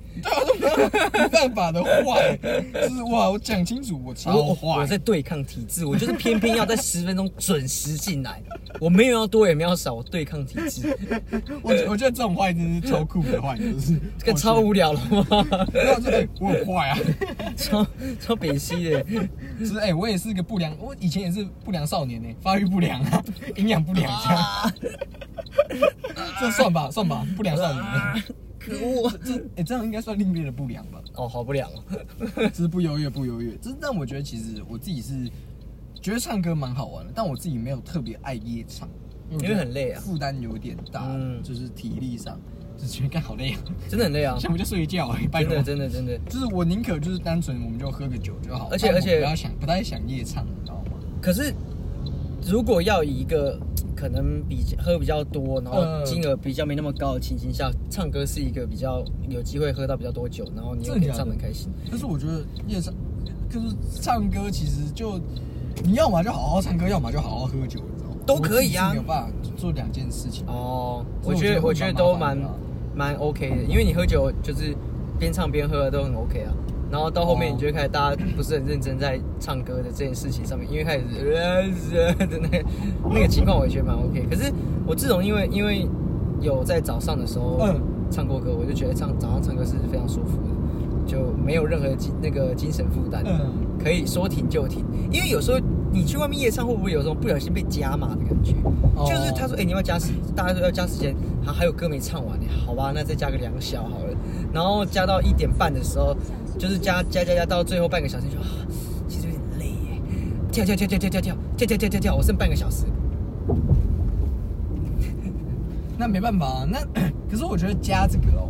S2: 没办法的坏，就是哇，我讲清楚，我超
S1: 我
S2: 坏，
S1: 我在对抗体制，我就是偏偏要在十分钟准时进来， 我没有要多也没有要少，我对抗体
S2: 哦
S1: 制，
S2: 我觉我觉得这种坏真的是超酷的坏，就是
S1: 这个超无聊了吗？
S2: 然后说哎、我很坏啊。
S1: 超超北西的，
S2: 就是哎、我也是个不良，我以前也是不良少年呢、发育不良啊，
S1: 啊
S2: 营养不良这样，这算吧算吧，不良少年。
S1: 啊 可恶！
S2: 这哎、这样应该算另类的不良吧？
S1: 哦，好不良哦。
S2: 就是不优越，不优越。这但我觉得其实我自己是觉得唱歌蛮好玩的，但我自己没有特别爱夜唱，
S1: 因为很累啊
S2: 负担有点大，
S1: 嗯
S2: 就是体力上就觉得干好累啊，
S1: 真的很累啊，
S2: 想不就睡一觉、欸，拜
S1: 真
S2: 托
S1: 的。真的真的。
S2: 就是我宁可就是单纯我们就喝个酒就好，
S1: 而且
S2: 但我
S1: 而且
S2: 不要想不太想夜唱，你知道吗？
S1: 可是如果要以一个可能比较喝比较多，然后
S2: 嗯
S1: 金额比较没那么高的情形下，唱歌是一个比较有机会喝到比较多酒，然后你又可
S2: 真
S1: 以
S2: 的假的
S1: 唱的开心。
S2: 但是我觉得夜唱就是唱歌其实就你要么就好好唱歌，要么就好好喝酒，你知道吗？
S1: 都可以啊
S2: 我自己是没有办法做两件事情。
S1: 哦，
S2: 所
S1: 我
S2: 以
S1: 觉得
S2: 我
S1: 我
S2: 觉
S1: 觉
S2: 得
S1: 得
S2: 会
S1: 都
S2: 蛮
S1: 蛮
S2: 麻烦啊
S1: 蛮 OK 的，因为你喝酒就是边唱边喝都很 OK 啊。然后到后面
S2: 哦
S1: 你就会开始大家不是很认真在唱歌的这件事情上面，因为开始呃的那个那个情况，我也觉得蛮 OK。可是我自从因为因为有在早上的时候
S2: 嗯
S1: 唱过歌，我就觉得唱早上唱歌是非常舒服的，就没有任何精那个精神负担，
S2: 嗯
S1: 可以说停就停。因为有时候你去外面夜唱，会不会有种不小心被加码的感觉？
S2: 哦
S1: 就是他说，哎、你要加时，大家说要加时间，还还有歌没唱完呢，欸好吧，那再加个两小好了。然后加到一点半的时候，就是加加加加到最后半个小时就，啊，其实有点累耶，跳跳跳跳跳跳跳跳跳跳跳跳，我剩半个小时。
S2: 那没办法、啊，那可是我觉得加这个哦，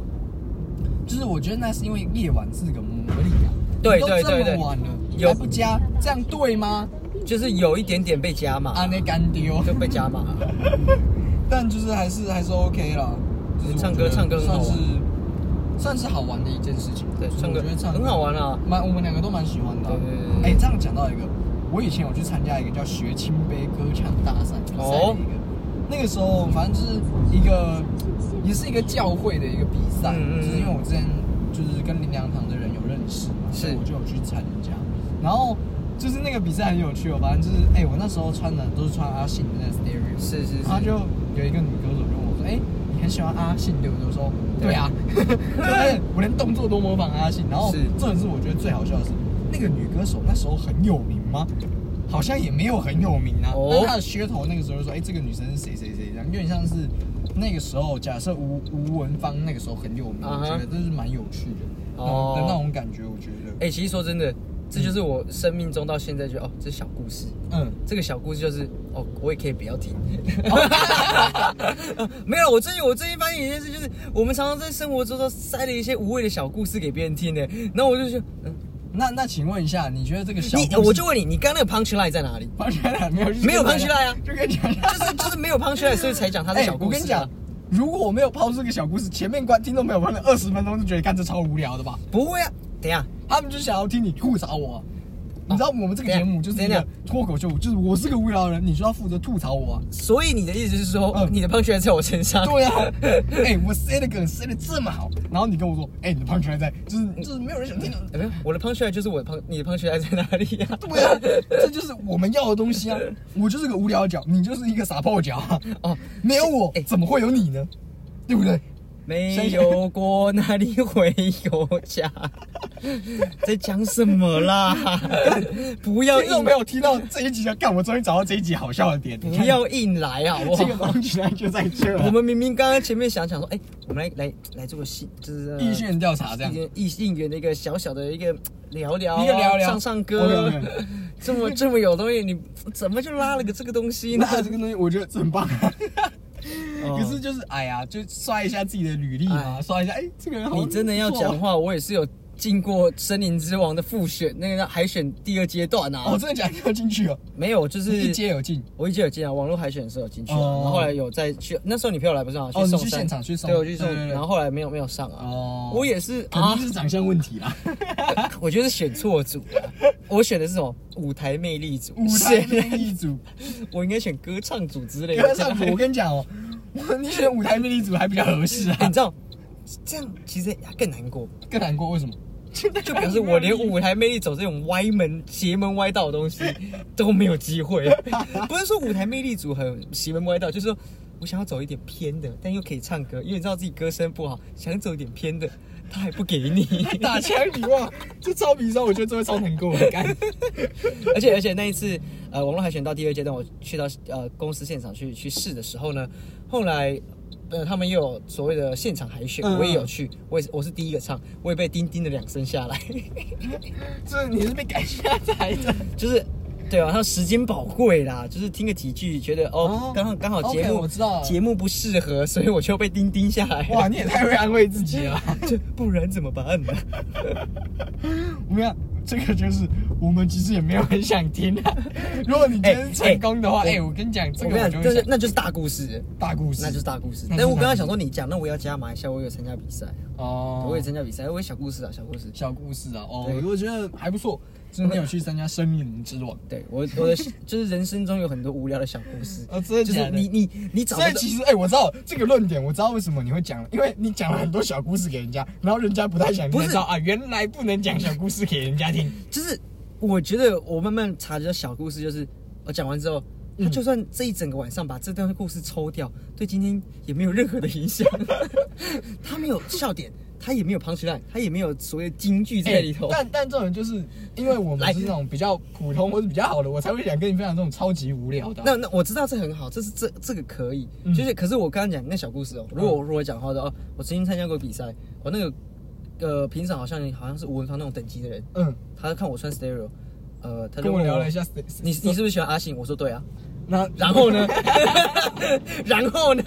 S2: 就是我觉得那是因为夜晚是个魔力啊。
S1: 对
S2: 你都
S1: 对对
S2: 这
S1: 对
S2: 么晚了，你
S1: 有
S2: 还不加，这样对吗？
S1: 就是有一点点被加码，
S2: 啊，那干丢，
S1: 就被加 码了。
S2: 但就是还是还是 OK 啦。就是我
S1: 唱歌
S2: 觉得
S1: 唱歌很好
S2: 算
S1: 玩
S2: 是算是好玩的一件事情。
S1: 对，
S2: 就是
S1: 唱歌
S2: 我觉得唱歌
S1: 很好玩啊。
S2: 蛮我们两个都蛮喜欢的啊、
S1: 对对对对
S2: 哎、这样讲到一个，我以前有去参加一个叫学青杯歌唱大赛比赛的
S1: 哦
S2: 一个，那个时候反正就是一个也是一个教会的一个比赛，
S1: 嗯嗯嗯
S2: 就是因为我之前就是跟林良堂的人有认识嘛，
S1: 是
S2: 所以我就有去参加，然后。就是那个比赛很有趣哦，反正就是，哎、我那时候穿的都是穿阿信的那个 stereo，
S1: 是是是
S2: 然后就有一个女歌手就问我说，哎、你很喜欢阿信对不对？我说，对啊， 就是我连动作都模仿阿信，然后
S1: 是
S2: 重点是我觉得最好笑的是，那个女歌手那时候很有名吗？好像也没有很有名啊。
S1: 哦
S2: 但她的噱头那个时候就说，哎、这个女生是谁谁谁这样，有点像是那个时候，假设吴吴文芳那个时候很有名，
S1: 啊哈
S2: 我觉得这是蛮有趣的那种
S1: 哦
S2: 的那种感觉，我觉得，
S1: 哎、其实说真的，这就是我生命中到现在觉得哦，这小故事。
S2: 嗯，
S1: 这个小故事就是，哦，我也可以不要听。
S2: 哦
S1: 没有，我最近我最近发现一件事，就是我们常常在生活中都塞了一些无谓的小故事给别人听的，然后我就说，嗯，
S2: 那那请问一下，你觉得这个小
S1: 你
S2: 故事
S1: 我就问你，你刚刚那个 punch line 在哪里？
S2: 胖起来没有？就是
S1: 没有
S2: 跟大家
S1: punchline 啊
S2: 就跟你讲一下。
S1: 就是就是没有 punch line，所以才讲他的
S2: 哎，
S1: 小故事、啊
S2: 我跟你讲，，如果我没有抛出这个小故事，前面观听众朋友们二十分钟就觉得干这超无聊的吧？
S1: 不会啊，等一下，
S2: 他们就想要听你吐槽我。你知道我们这个节目就是一
S1: 哦等一
S2: 个
S1: 下
S2: 脱口秀，就是我是个无聊人，你就要负责吐槽我、啊。
S1: 所以你的意思是说，
S2: 嗯
S1: 你的 punch line 在我身上？
S2: 对啊， 哎、我塞的梗塞的这么好，然后你跟我说，哎、你的胖圈在，就是就是没有人想听。
S1: 哎。没有，我的 punch line 就是我的 punch，你的 punch line 在哪里呀、
S2: 对啊，这就是我们要的东西啊！我就是个无聊角，你就是一个傻炮角、啊、
S1: 哦，
S2: 没有我、
S1: 哎
S2: 怎么会有你呢？对不对？
S1: 没有过哪里会有 家？在讲什么啦？不要
S2: 听众
S1: 硬
S2: 没，有听到这一集的，干，我终于找到这一集好笑的点。你
S1: 不
S2: 看
S1: 要硬来好不
S2: 这个
S1: 好？
S2: 东西呢就在这儿。
S1: 我们明明刚刚前面想想说，哎、我们来来来做个新，就是呃
S2: 意见调查这样
S1: 一，个异性缘的一个小小的一个聊聊啊，
S2: 一个聊聊哦
S1: 唱唱歌
S2: OK，OK，
S1: 这么这么有东西，你怎么就拉了个这个东西呢？
S2: 那这个东西我觉得很棒。啊
S1: 哦
S2: 可是就是哎呀，就刷一下自己的履历嘛，
S1: 哎
S2: 刷一下，哎，这个人好像
S1: 你真的要
S2: 不错
S1: 讲话，我也是有经过《森林之王》的复选，那个海选第二阶段啊，
S2: 哦，真的假的要进去哦，
S1: 没有，就是
S2: 一阶有进，
S1: 我一直有进啊，网络海选的时候有进去啊，
S2: 哦
S1: 然后后来有再去，那时候你陪我来不是吗？
S2: 哦你
S1: 送
S2: 去
S1: 山
S2: 现场去送
S1: 对，我去送
S2: 对对，对
S1: 然后后来没有没有上啊。
S2: 哦
S1: 我也是
S2: 肯
S1: 啊
S2: 定，是长相问题啦。
S1: 我觉得是选错组了，我选的是什么舞台魅力组，
S2: 舞台魅力 组，
S1: 是 我应该选歌唱组之类的。
S2: 歌唱组，我跟你讲哦，我你选舞台魅力组还比较合适
S1: 哎
S2: 啊
S1: 你，知道这样其实更难过，
S2: 更难过为 什么？
S1: 就表示我连舞台魅力走这种歪门邪门歪道的东西都没有机会。不是说舞台魅力组很邪门歪道，就是说我想要走一点偏的，但又可以唱歌，因为你知道自己歌声不好，想走一点偏的，他还不给你。
S2: 打枪你哇，这超比赛，我觉得这会超难过的。干
S1: 而且而且那一次，呃，网络海选到第二阶段，我去到呃公司现场去去试的时候呢，后来呃，他们又有所谓的现场海选，
S2: 嗯
S1: 我也有去，我也是我是第一个唱，我也被叮叮了两声下来，
S2: 这你是被赶下台的。
S1: 就是。对啊，他时间宝贵啦，就是听个几句，觉得哦
S2: 哦，
S1: 刚好刚好节
S2: OK，
S1: 目
S2: 我知道了
S1: 节目不适合，所以我就被叮叮下来了。
S2: 哇，你也太会安慰自己了。
S1: 这 不然怎么办呢？
S2: 我跟你讲，这个就是我们其实也没有很想听 啊。如果你今天是成功的话，哎、
S1: 哎哎
S2: 我跟你讲，这
S1: 我
S2: 个我
S1: 跟你讲，
S2: 就会
S1: 就是
S2: 想
S1: 那就是大故事，
S2: 大故事，
S1: 那就是大故事。
S2: 那
S1: 但
S2: 就是大故事
S1: 是我刚刚想说你讲，那我也要加马来西亚，我也有参加比赛，
S2: 哦，
S1: 我也参加比赛，我也小故事啊，小故事。
S2: 小故事啊，哦，
S1: 对
S2: 我觉得还不错，就是你有去参加生命之王。
S1: 对我我的 就是人生中有很多无聊的小故事，
S2: 哦真的
S1: 就
S2: 假
S1: 是
S2: 的
S1: 你你你找不
S2: 所以
S1: 到
S2: 其实，哎、我知道这个论点，我知道为什么你会讲，因为你讲了很多小故事给人家，然后人家不太想
S1: 不
S2: 听，
S1: 是
S2: 知道啊，原来不能讲小故事给人家听。
S1: 就是我觉得我慢慢察觉到小故事，就是我讲完之后，
S2: 嗯
S1: 他就算这一整个晚上把这段故事抽掉，对今天也没有任何的影 响。他没有笑点，他也没有 punch line，他也没有所谓的金句 在里头。
S2: 哎但但这种就是因为我们
S1: 来
S2: 是那种比较普通或者比较好的，我才会想跟你分享这种超级无聊的啊、
S1: 那那我知道这很好，这是这这个可以，
S2: 嗯
S1: 就是可是我刚刚讲那小故事哦，如果我如果讲话的哦，我曾经参加过比赛，我那个呃评审好像好像是吴文芳那种等级的人，
S2: 嗯，
S1: 他看我穿 stereo，呃，他就
S2: 跟我
S1: 问
S2: 聊了一下，
S1: 你你是不是喜欢阿信？我说对啊，
S2: 那
S1: 然后 呢？ 然后呢？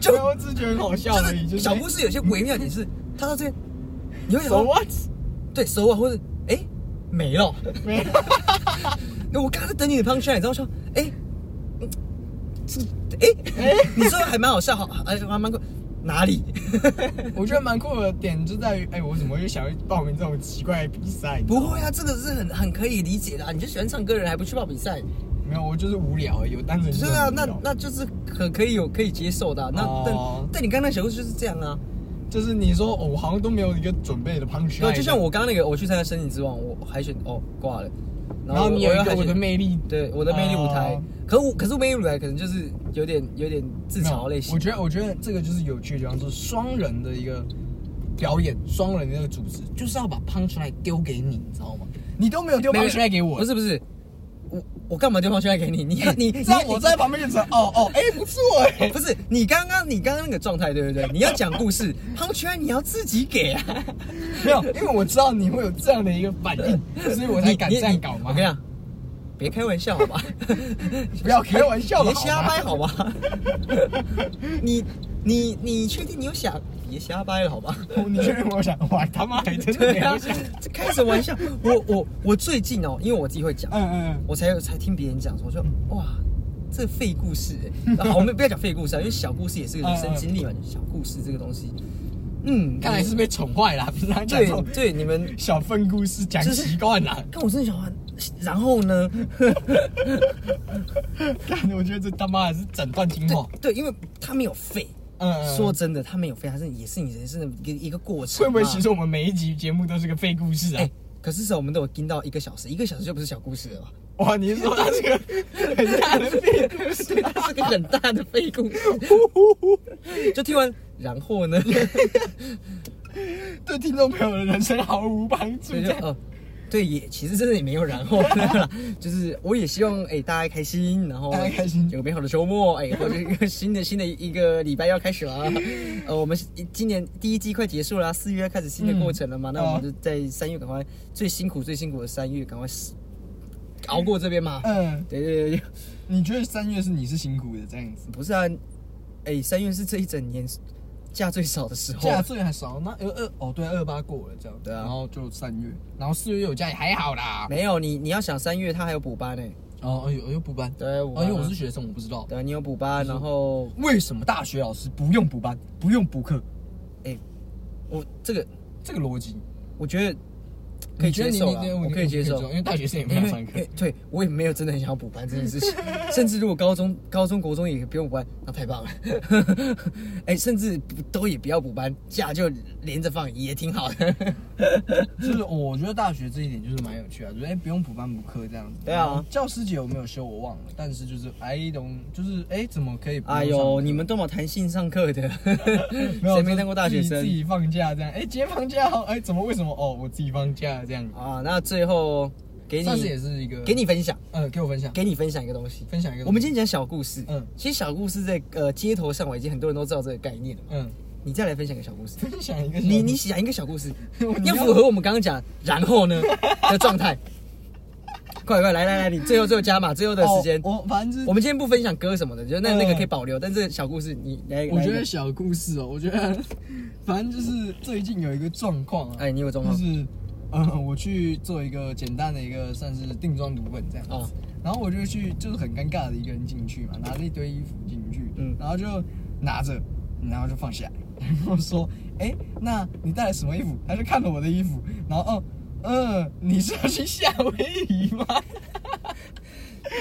S1: 就
S2: 我只是觉得很好笑而已，
S1: 就
S2: 就是是
S1: 小故事有些微妙点 是，他到这边你会想
S2: 手
S1: 说
S2: what
S1: 对手啊，或者哎没 了。
S2: 没有，
S1: 那我刚才等你的 punchline，然后说，哎、嗯这哎、你说的还蛮好笑，好，哎，还蛮酷，哪里？
S2: 我觉得蛮酷的点就在于，哎、我怎么会想要报名这种奇怪的比赛？
S1: 不会啊，这个是很很可以理解的、啊，你就喜欢唱歌的人还不去报比赛，
S2: 没有，我就是无聊而已，我单纯就是
S1: 对
S2: 很无
S1: 啊
S2: 聊。，
S1: 那那就是可可以有可以接受的啊、那、
S2: 哦
S1: 但但你刚刚那小故事就是这样啊，
S2: 就是你说、哦我好像都没有一个准备的 punch
S1: 对，就像，我刚刚那个我去参加《森林之王》，我海选哦挂了，
S2: 然后
S1: 我
S2: 你有一
S1: 又
S2: 个
S1: 海
S2: 我
S1: 选
S2: 的魅力，
S1: 对我的魅力舞台，
S2: 哦
S1: 可我可是我魅力舞台可能就是有点有点自
S2: 没有
S1: 嘲类型
S2: 我，觉得，我觉得这个就是有趣的地方，就是双人的一个表演，双人的一个组织，就是要把 punch line 丢给你，你知道吗？你都没有丢
S1: 没有
S2: punch line 给我，
S1: 不是不是，我我干嘛丢 punchline 给你？你你你
S2: 让我在旁边就知道，哦哦，哎、不错哎、
S1: 不是你刚刚你刚刚那个状态对不对？你要讲故事，punchline 你要自己给啊。
S2: 没有，因为我知道你会有这样的一个 反应，所以我才敢
S1: 你
S2: 这
S1: 你
S2: 样搞嘛。
S1: 我跟你讲，别开玩笑好吧？
S2: 不要开玩笑了，
S1: 别瞎掰好吧？你你你确定你有想？别瞎掰了好吧？
S2: 好吗。你确定我想，哇，他妈还真的
S1: 对
S2: 没
S1: 啊
S2: 有想。，
S1: 这开什么玩笑？我我我最近哦，因为我自己会讲，
S2: 嗯嗯
S1: 我才有才听别人讲，我说哇，这废故事哎、欸啊，我们不要讲废故事啊，因为小故事也是个人生经历嘛，小故事这个东西，嗯，
S2: 嗯，看来是被宠坏了，平 常讲这
S1: 对
S2: 种
S1: 对，你们，
S2: 小分故事讲
S1: 就是
S2: 习惯了。
S1: 看我真的想玩，然后 呢？
S2: 干，我觉得这他妈的是整段精华。
S1: 对，因为他没有废，
S2: 嗯嗯嗯
S1: 说真的，他没有废，他是也是你人生的一个一个过程
S2: 会
S1: 嘛。
S2: 不会其实我们每一集节目都是个废故事啊？
S1: 哎、可是时候我们都有盯到一个小时，一个小时就不是小故事了吧？
S2: 哇，你是说它 是个很大的废故事？
S1: 对，它是 个很大的废故事。 就听完，然后 呢？
S2: 对听众朋友的人生毫无帮助
S1: 所以。就哦，对，也其实真的也没有然 后了，就是我也希望哎、大家开心，然后
S2: 大家开心
S1: 有个美好的周末， 哎、或者一个新的新的一个礼拜要开始了 啊，呃，我们今年第一季快结束了啊，四月要开始新的过程了嘛，那我们就在三月赶快最辛苦最辛苦的三月赶快熬过这边嘛，
S2: 嗯，
S1: 对对对对，
S2: 你觉得三月是你是辛苦的这样子？
S1: 不是啊，哎、三月是这一整年假最少的时候啊，
S2: 假最还少，那有二哦，对，二八过了这样。
S1: 对啊
S2: 然后就三月，然后四月有假也还好啦。
S1: 没有你你要想三月他还有补班呢、
S2: 哦，哎呦，哎呦，补班。
S1: 对补
S2: 哦，
S1: 班
S2: 因为我
S1: 啊
S2: 是学生，我不知道
S1: 对啊，你有补班，然后。
S2: 为什么大学老师不用补班，不用补课，
S1: 我这个
S2: 这个逻辑
S1: 我觉得可以接受
S2: 你
S1: 啦
S2: 觉得你你
S1: 我可以接受，
S2: 因为大学生 也没
S1: 因
S2: 有
S1: 为
S2: 上课
S1: 因。为对我也没有真的很想要补班这件事情， 甚至如果高中、高中、国中也不用补班，那太棒了。 哎、甚至不都也不要补班，假就连着放也挺 好的。
S2: 就是我觉得大学这一点就是蛮有趣啊，就是哎、不用补班补课这样子。
S1: 对啊
S2: 然后教师节有没有休我忘了，但是就是 I don't，就是哎、怎么可以不用
S1: 哎
S2: 上
S1: 呦，
S2: 课
S1: 你们都没有弹性上课的，
S2: 没有
S1: 谁没当过大学
S2: 就是自己自
S1: 生
S2: 己放假这样，哎、今天放假哦，哎、怎么为什么哦我自己放假这样，
S1: 啊？那最后给你
S2: 算是也是一个
S1: 给你分享，
S2: 呃给我分享
S1: 给你分享一个东西。
S2: 分享一个，
S1: 我们今天讲小故事，
S2: 嗯
S1: 其实小故事在呃街头上，我已经很多人都知道这个概念了嘛。
S2: 嗯
S1: 你再来分享个小 故事，
S2: 分享一个小
S1: 你你讲一个小故 事
S2: 我，
S1: 要符合我们刚刚讲然后 呢的状态。快快来来来，你最后最后加码，最后的时间。
S2: 哦我反正就是
S1: 我们今天不分享歌什么的，就是那那个
S2: 嗯
S1: 可以保留，但是小故事你来。
S2: 我
S1: 来一
S2: 觉
S1: 个
S2: 得小故事哦，我觉得反正就是最近有一个状况啊，
S1: 哎，你有状
S2: 就
S1: 况
S2: 是嗯，我去做一个简单的一个算是定妆读本这样子，
S1: 啊？
S2: 然后我就去就是很尴尬的一个人进去嘛，拿着一堆衣服进去，
S1: 嗯
S2: 然后就拿着，然后就放下来，然后说，哎，那你带了什么衣服？他就看了我的衣服，然后哦，嗯、你是要去夏威夷吗？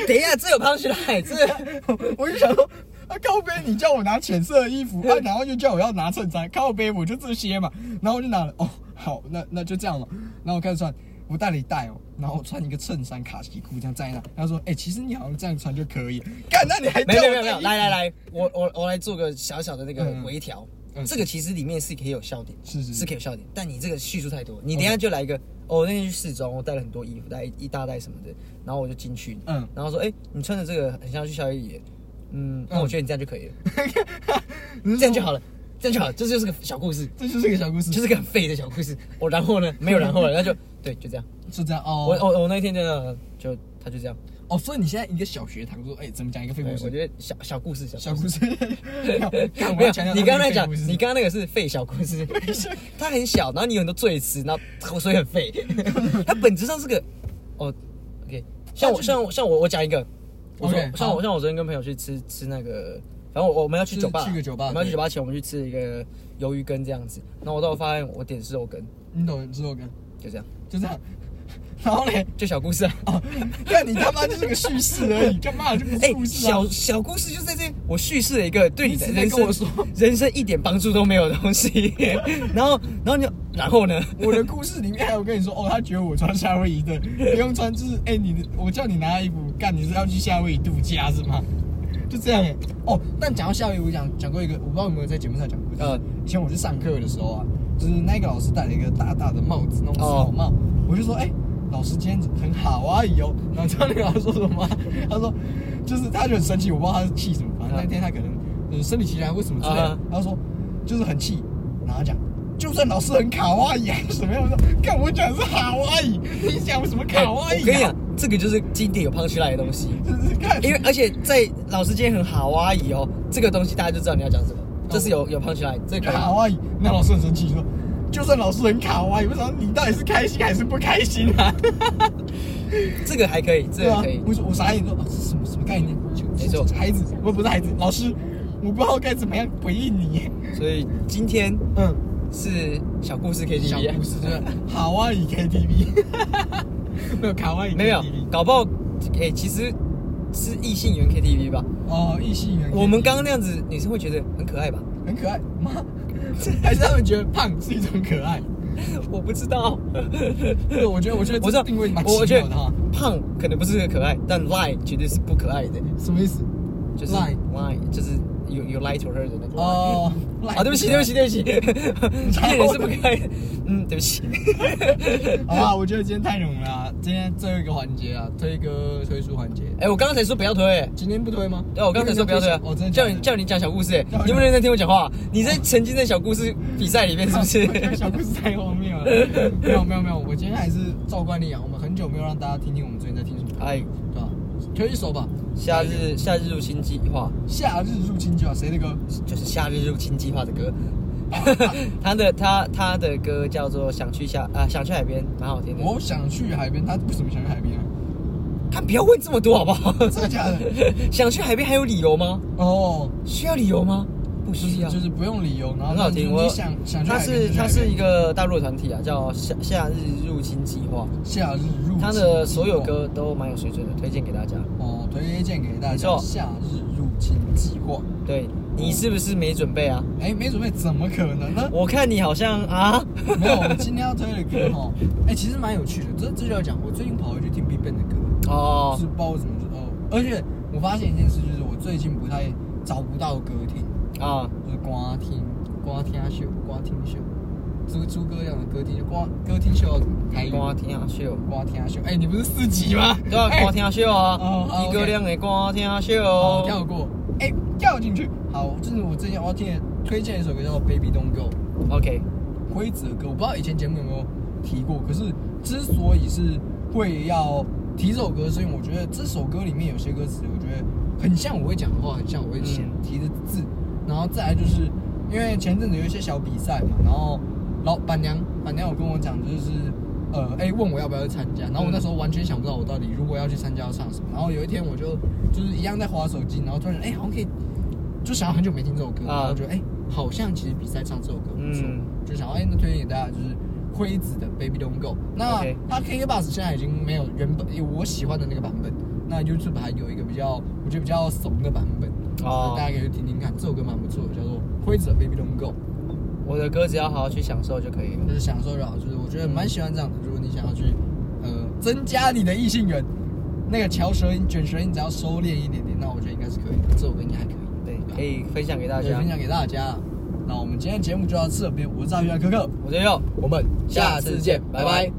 S1: 等一下，这有 punch line，这
S2: 我就想说，啊靠背，你叫我拿浅色的衣服，啊，然后又叫我要拿衬衫，靠背我就这些嘛，然后我就拿了，哦，好，那那就这样了，然后我开始穿，我带了一袋哦，然后我穿一个衬衫卡其裤这样站在那，他说，哎、其实你好像这样穿就可以了，干，那你还
S1: 没有没有没有没
S2: 叫
S1: 有，
S2: 我
S1: 来
S2: 带衣
S1: 来来，我我我来做个小小的那个微调
S2: 嗯嗯。
S1: 这个其实里面是可以有笑点，
S2: 是是是
S1: 是可以有笑点，但你这个叙述太多，你等一下就来一个哦，那天去试妆，我带了很多衣服，带一大袋什么的，然后我就进去，
S2: 嗯
S1: 然后说，哎，你穿的这个很像去夏威夷耶，嗯，那我觉得你这样就可以了，
S2: 服，
S1: 这样就好了，这样就好了，这就是个小故事，
S2: 这就是个小故事，
S1: 就是个很废的小故 事。我然后呢，没有然后了，那就对，就这样。
S2: 就这样
S1: 我
S2: 哦
S1: 我我那一天真的就他就这样，
S2: 哦，所以你现在一个小学堂说，哎、怎么讲一个废
S1: 对
S2: 故
S1: 我
S2: 事？
S1: 觉得小小故事，
S2: 小故
S1: 事。
S2: 事， 干我
S1: 没有
S2: 要强调，
S1: 你刚才
S2: 这个
S1: 讲
S2: 废故，事
S1: 你刚刚那个是废小故事， 它很小，然后你有很多赘词，然后所以很 废。它本质上是个，哦，OK，像我像我像我我讲一个，我说
S2: OK，
S1: 像
S2: 好
S1: 我像我昨天跟朋友去吃吃那个，反正我我们要去
S2: 去
S1: 酒吧啦，
S2: 去个酒吧
S1: 我们要去
S2: 对
S1: 酒吧前我们去吃一个鱿鱼羹这样子，然后我到时候发现我点是肉羹，
S2: 你懂之后跟，
S1: 就这样，
S2: 就这样， 然后嘞。
S1: 就小故 事啊。
S2: 哦，看你他妈就是个叙事而已，干嘛就不
S1: 哎、
S2: 是故事啊？
S1: 小小故事就在这，我叙事了一个对你的
S2: 你一直在
S1: 人生
S2: 跟我说
S1: 人生一点帮助都没有的东西， 然后然后你就然后呢？
S2: 我的故事里面还有跟你说，哦，他觉得我穿夏威夷的，不用穿，就是哎、你的，我叫你拿衣服，干你是要去夏威夷度假是吗？就这样哎、哦，但讲到夏威夷，我讲讲过一个，我不知道有没有在节目上讲过，就是
S1: 呃
S2: 以前我去上课的时候啊，就是那个老师戴了一个大大的帽子，那种
S1: 哦
S2: 草帽，我就说，哎、老师今天很好啊，哟，然后知道那个老师说什么吗？他说，就是他就很生气，我不知道他是气什么，反正那天他可能嗯生理期来或什么之类的
S1: 啊，
S2: 他说就是很气，然后他讲就算老师很卡哇伊啊什么样，我说看我讲的是卡哇伊，你讲什么卡哇
S1: 哎
S2: 伊、啊？
S1: 我跟你讲，这个就是经典有 punch line 的东西，
S2: 就是看，
S1: 因为而且在老师今天很好啊，姨哦，这个东西大家就知道你要讲什么，这是有有 punch line，这个可以
S2: 卡哇伊，那老师很生气说，就算老师很卡哇伊，我想你到底是开心还是不开心啊？
S1: 这个还可以，这
S2: 对
S1: 个
S2: 啊
S1: 可以，，
S2: 我说我傻眼说啊，这是什么什么概念？就
S1: 没错
S2: 孩子，我不是孩子，老师，我不知道该怎么样回应你。
S1: 所以今天
S2: 嗯，
S1: 是小故事
S2: 小
S1: KTV，
S2: 故事真的卡哇伊 KTV，没有卡哇伊 KTV，
S1: 没有，搞不好，哎、其实是异性缘 KTV 吧？
S2: 哦，异性缘 KTV。
S1: 我们刚刚那样子，女生会觉得很可爱吧？
S2: 很可爱吗？还是他们觉得胖是一种可爱？
S1: 我不知 道，
S2: 对，我觉得，我觉得
S1: 我知
S2: 这
S1: 道
S2: 定位蛮，
S1: 我
S2: 奇
S1: 我觉
S2: 妙
S1: 得
S2: 的哈。
S1: 胖可能不是很可爱，但 lie 绝对是不可爱的，
S2: 什么意思？
S1: 就是
S2: Lie
S1: lie 就是有有 lie to her 的那个 lie。
S2: 哦，
S1: 啊，对不起，对不起，对不 起，骗人是不可以的。嗯，对不起。
S2: 好吧，我觉得今天太冷了啊。今天最后一个环节啊，推歌推书环节。
S1: 哎，我刚刚才说不要推，哎
S2: 今天不推吗？
S1: 对，我刚才说不要推啊
S2: 哦，真的，假
S1: 叫
S2: 的
S1: 你叫你讲小故事，哎
S2: 叫，我
S1: 你有没有认真听我讲话？你在沉浸在小故事比赛里面是不是？
S2: 我觉 得小故事太荒谬了。没有没有没有，我今天还是照惯例啊，我们很久没有让大家听听我们最近在听什么，
S1: 哎，
S2: 对吧？推一首吧，
S1: 夏日夏日入侵计划
S2: 《夏日入侵计划》谁的歌？
S1: 就是夏日入侵计划的歌， 他的他他的歌叫做想去夏啊想去海边，蛮好听的。
S2: 我想去海边，他为什么想去海边啊？
S1: 他不要问这么多好不好？
S2: 真的假的？
S1: 想去海边还有理由吗？
S2: 哦，
S1: 需要理由吗？不
S2: 就
S1: 需
S2: 是
S1: 要。
S2: 就是不用理由，然后
S1: 很好听，我
S2: 你想想去
S1: 它
S2: 海边
S1: 是
S2: 就去海
S1: 它
S2: 边
S1: 是一个大陆的团体啊，叫夏夏日入侵计划，
S2: 夏日入侵，
S1: 它的所有歌都蛮有水准的，推荐给大家。
S2: 哦，推荐给大
S1: 没
S2: 家
S1: 错
S2: 《夏日入侵计划》。
S1: 对你是不是没准备啊？
S2: 哎，没准备怎么可能呢？
S1: 我看你好像 啊，
S2: 没有，我们今天要推的歌哈， 哎，其实蛮有趣的。这这就要讲，我最近跑回去听 BigBang 的歌。
S1: 哦
S2: 是不知道为什么就哦，而且我发现一件事，就是我最近不太找不到歌听，
S1: 啊，
S2: 就是瓜啊听瓜听秀、瓜听秀，猪猪哥这样的歌听秀，瓜歌听秀要怎么台语。
S1: 歌听秀，
S2: 瓜天秀，哎、你不是四级吗？
S1: 对啊，
S2: 哎
S1: 歌听秀
S2: 哦
S1: 啊
S2: 哦，
S1: 一个
S2: OK
S1: 亮的歌听秀
S2: 哦，跳过，哎、跳进去。好，就是我之前我要听的推荐一首歌叫《Baby Don't Go
S1: ，OK，》，
S2: 规则歌，我不知道以前节目有没有提过，可是之所以是会要提这首歌，是因为我觉得这首歌里面有些歌词，我觉得很像我会讲的话，很像我会写
S1: 嗯
S2: 提的字，然后再来就是因为前阵子有一些小比赛嘛，然后老板娘板娘有跟我讲，就是呃，哎、问我要不要去参加，然后我那时候完全想不到我到底如果要去参加要唱什么，然后有一天我就就是一样在划手机，然后突然哎、好像可以，就想要很久没听这首歌，
S1: 啊
S2: 然后觉得哎、好像其实比赛唱这首歌不错，
S1: 嗯
S2: 就想要哎、那推荐给大家就是。辉子的 Baby Don't Go，那
S1: OK
S2: 它 KK Bus 现在已经没有原本我喜欢的那个版本，那 YouTube 还有一个比较我觉得比较怂的版本，
S1: 哦
S2: 哦，大家可以去听听看，这首歌蛮不错的，叫做《辉子的 Baby Don't Go
S1: 我的歌只要好好去享受就可以》，了。
S2: 就是享受就好，
S1: 嗯
S2: 就是我觉得蛮喜欢这样的。如果你想要去呃增加你的异性缘，那个翘舌音、卷舌音，只要收敛一点点，那我觉得应该是可以的。这首歌应该还可以，
S1: 对，可以分享给大
S2: 对
S1: 家
S2: 分。享给大家。那我们今天的节目就到这边，我是大鱼爱可可，
S1: 我是佑，
S2: 我们下次见，拜拜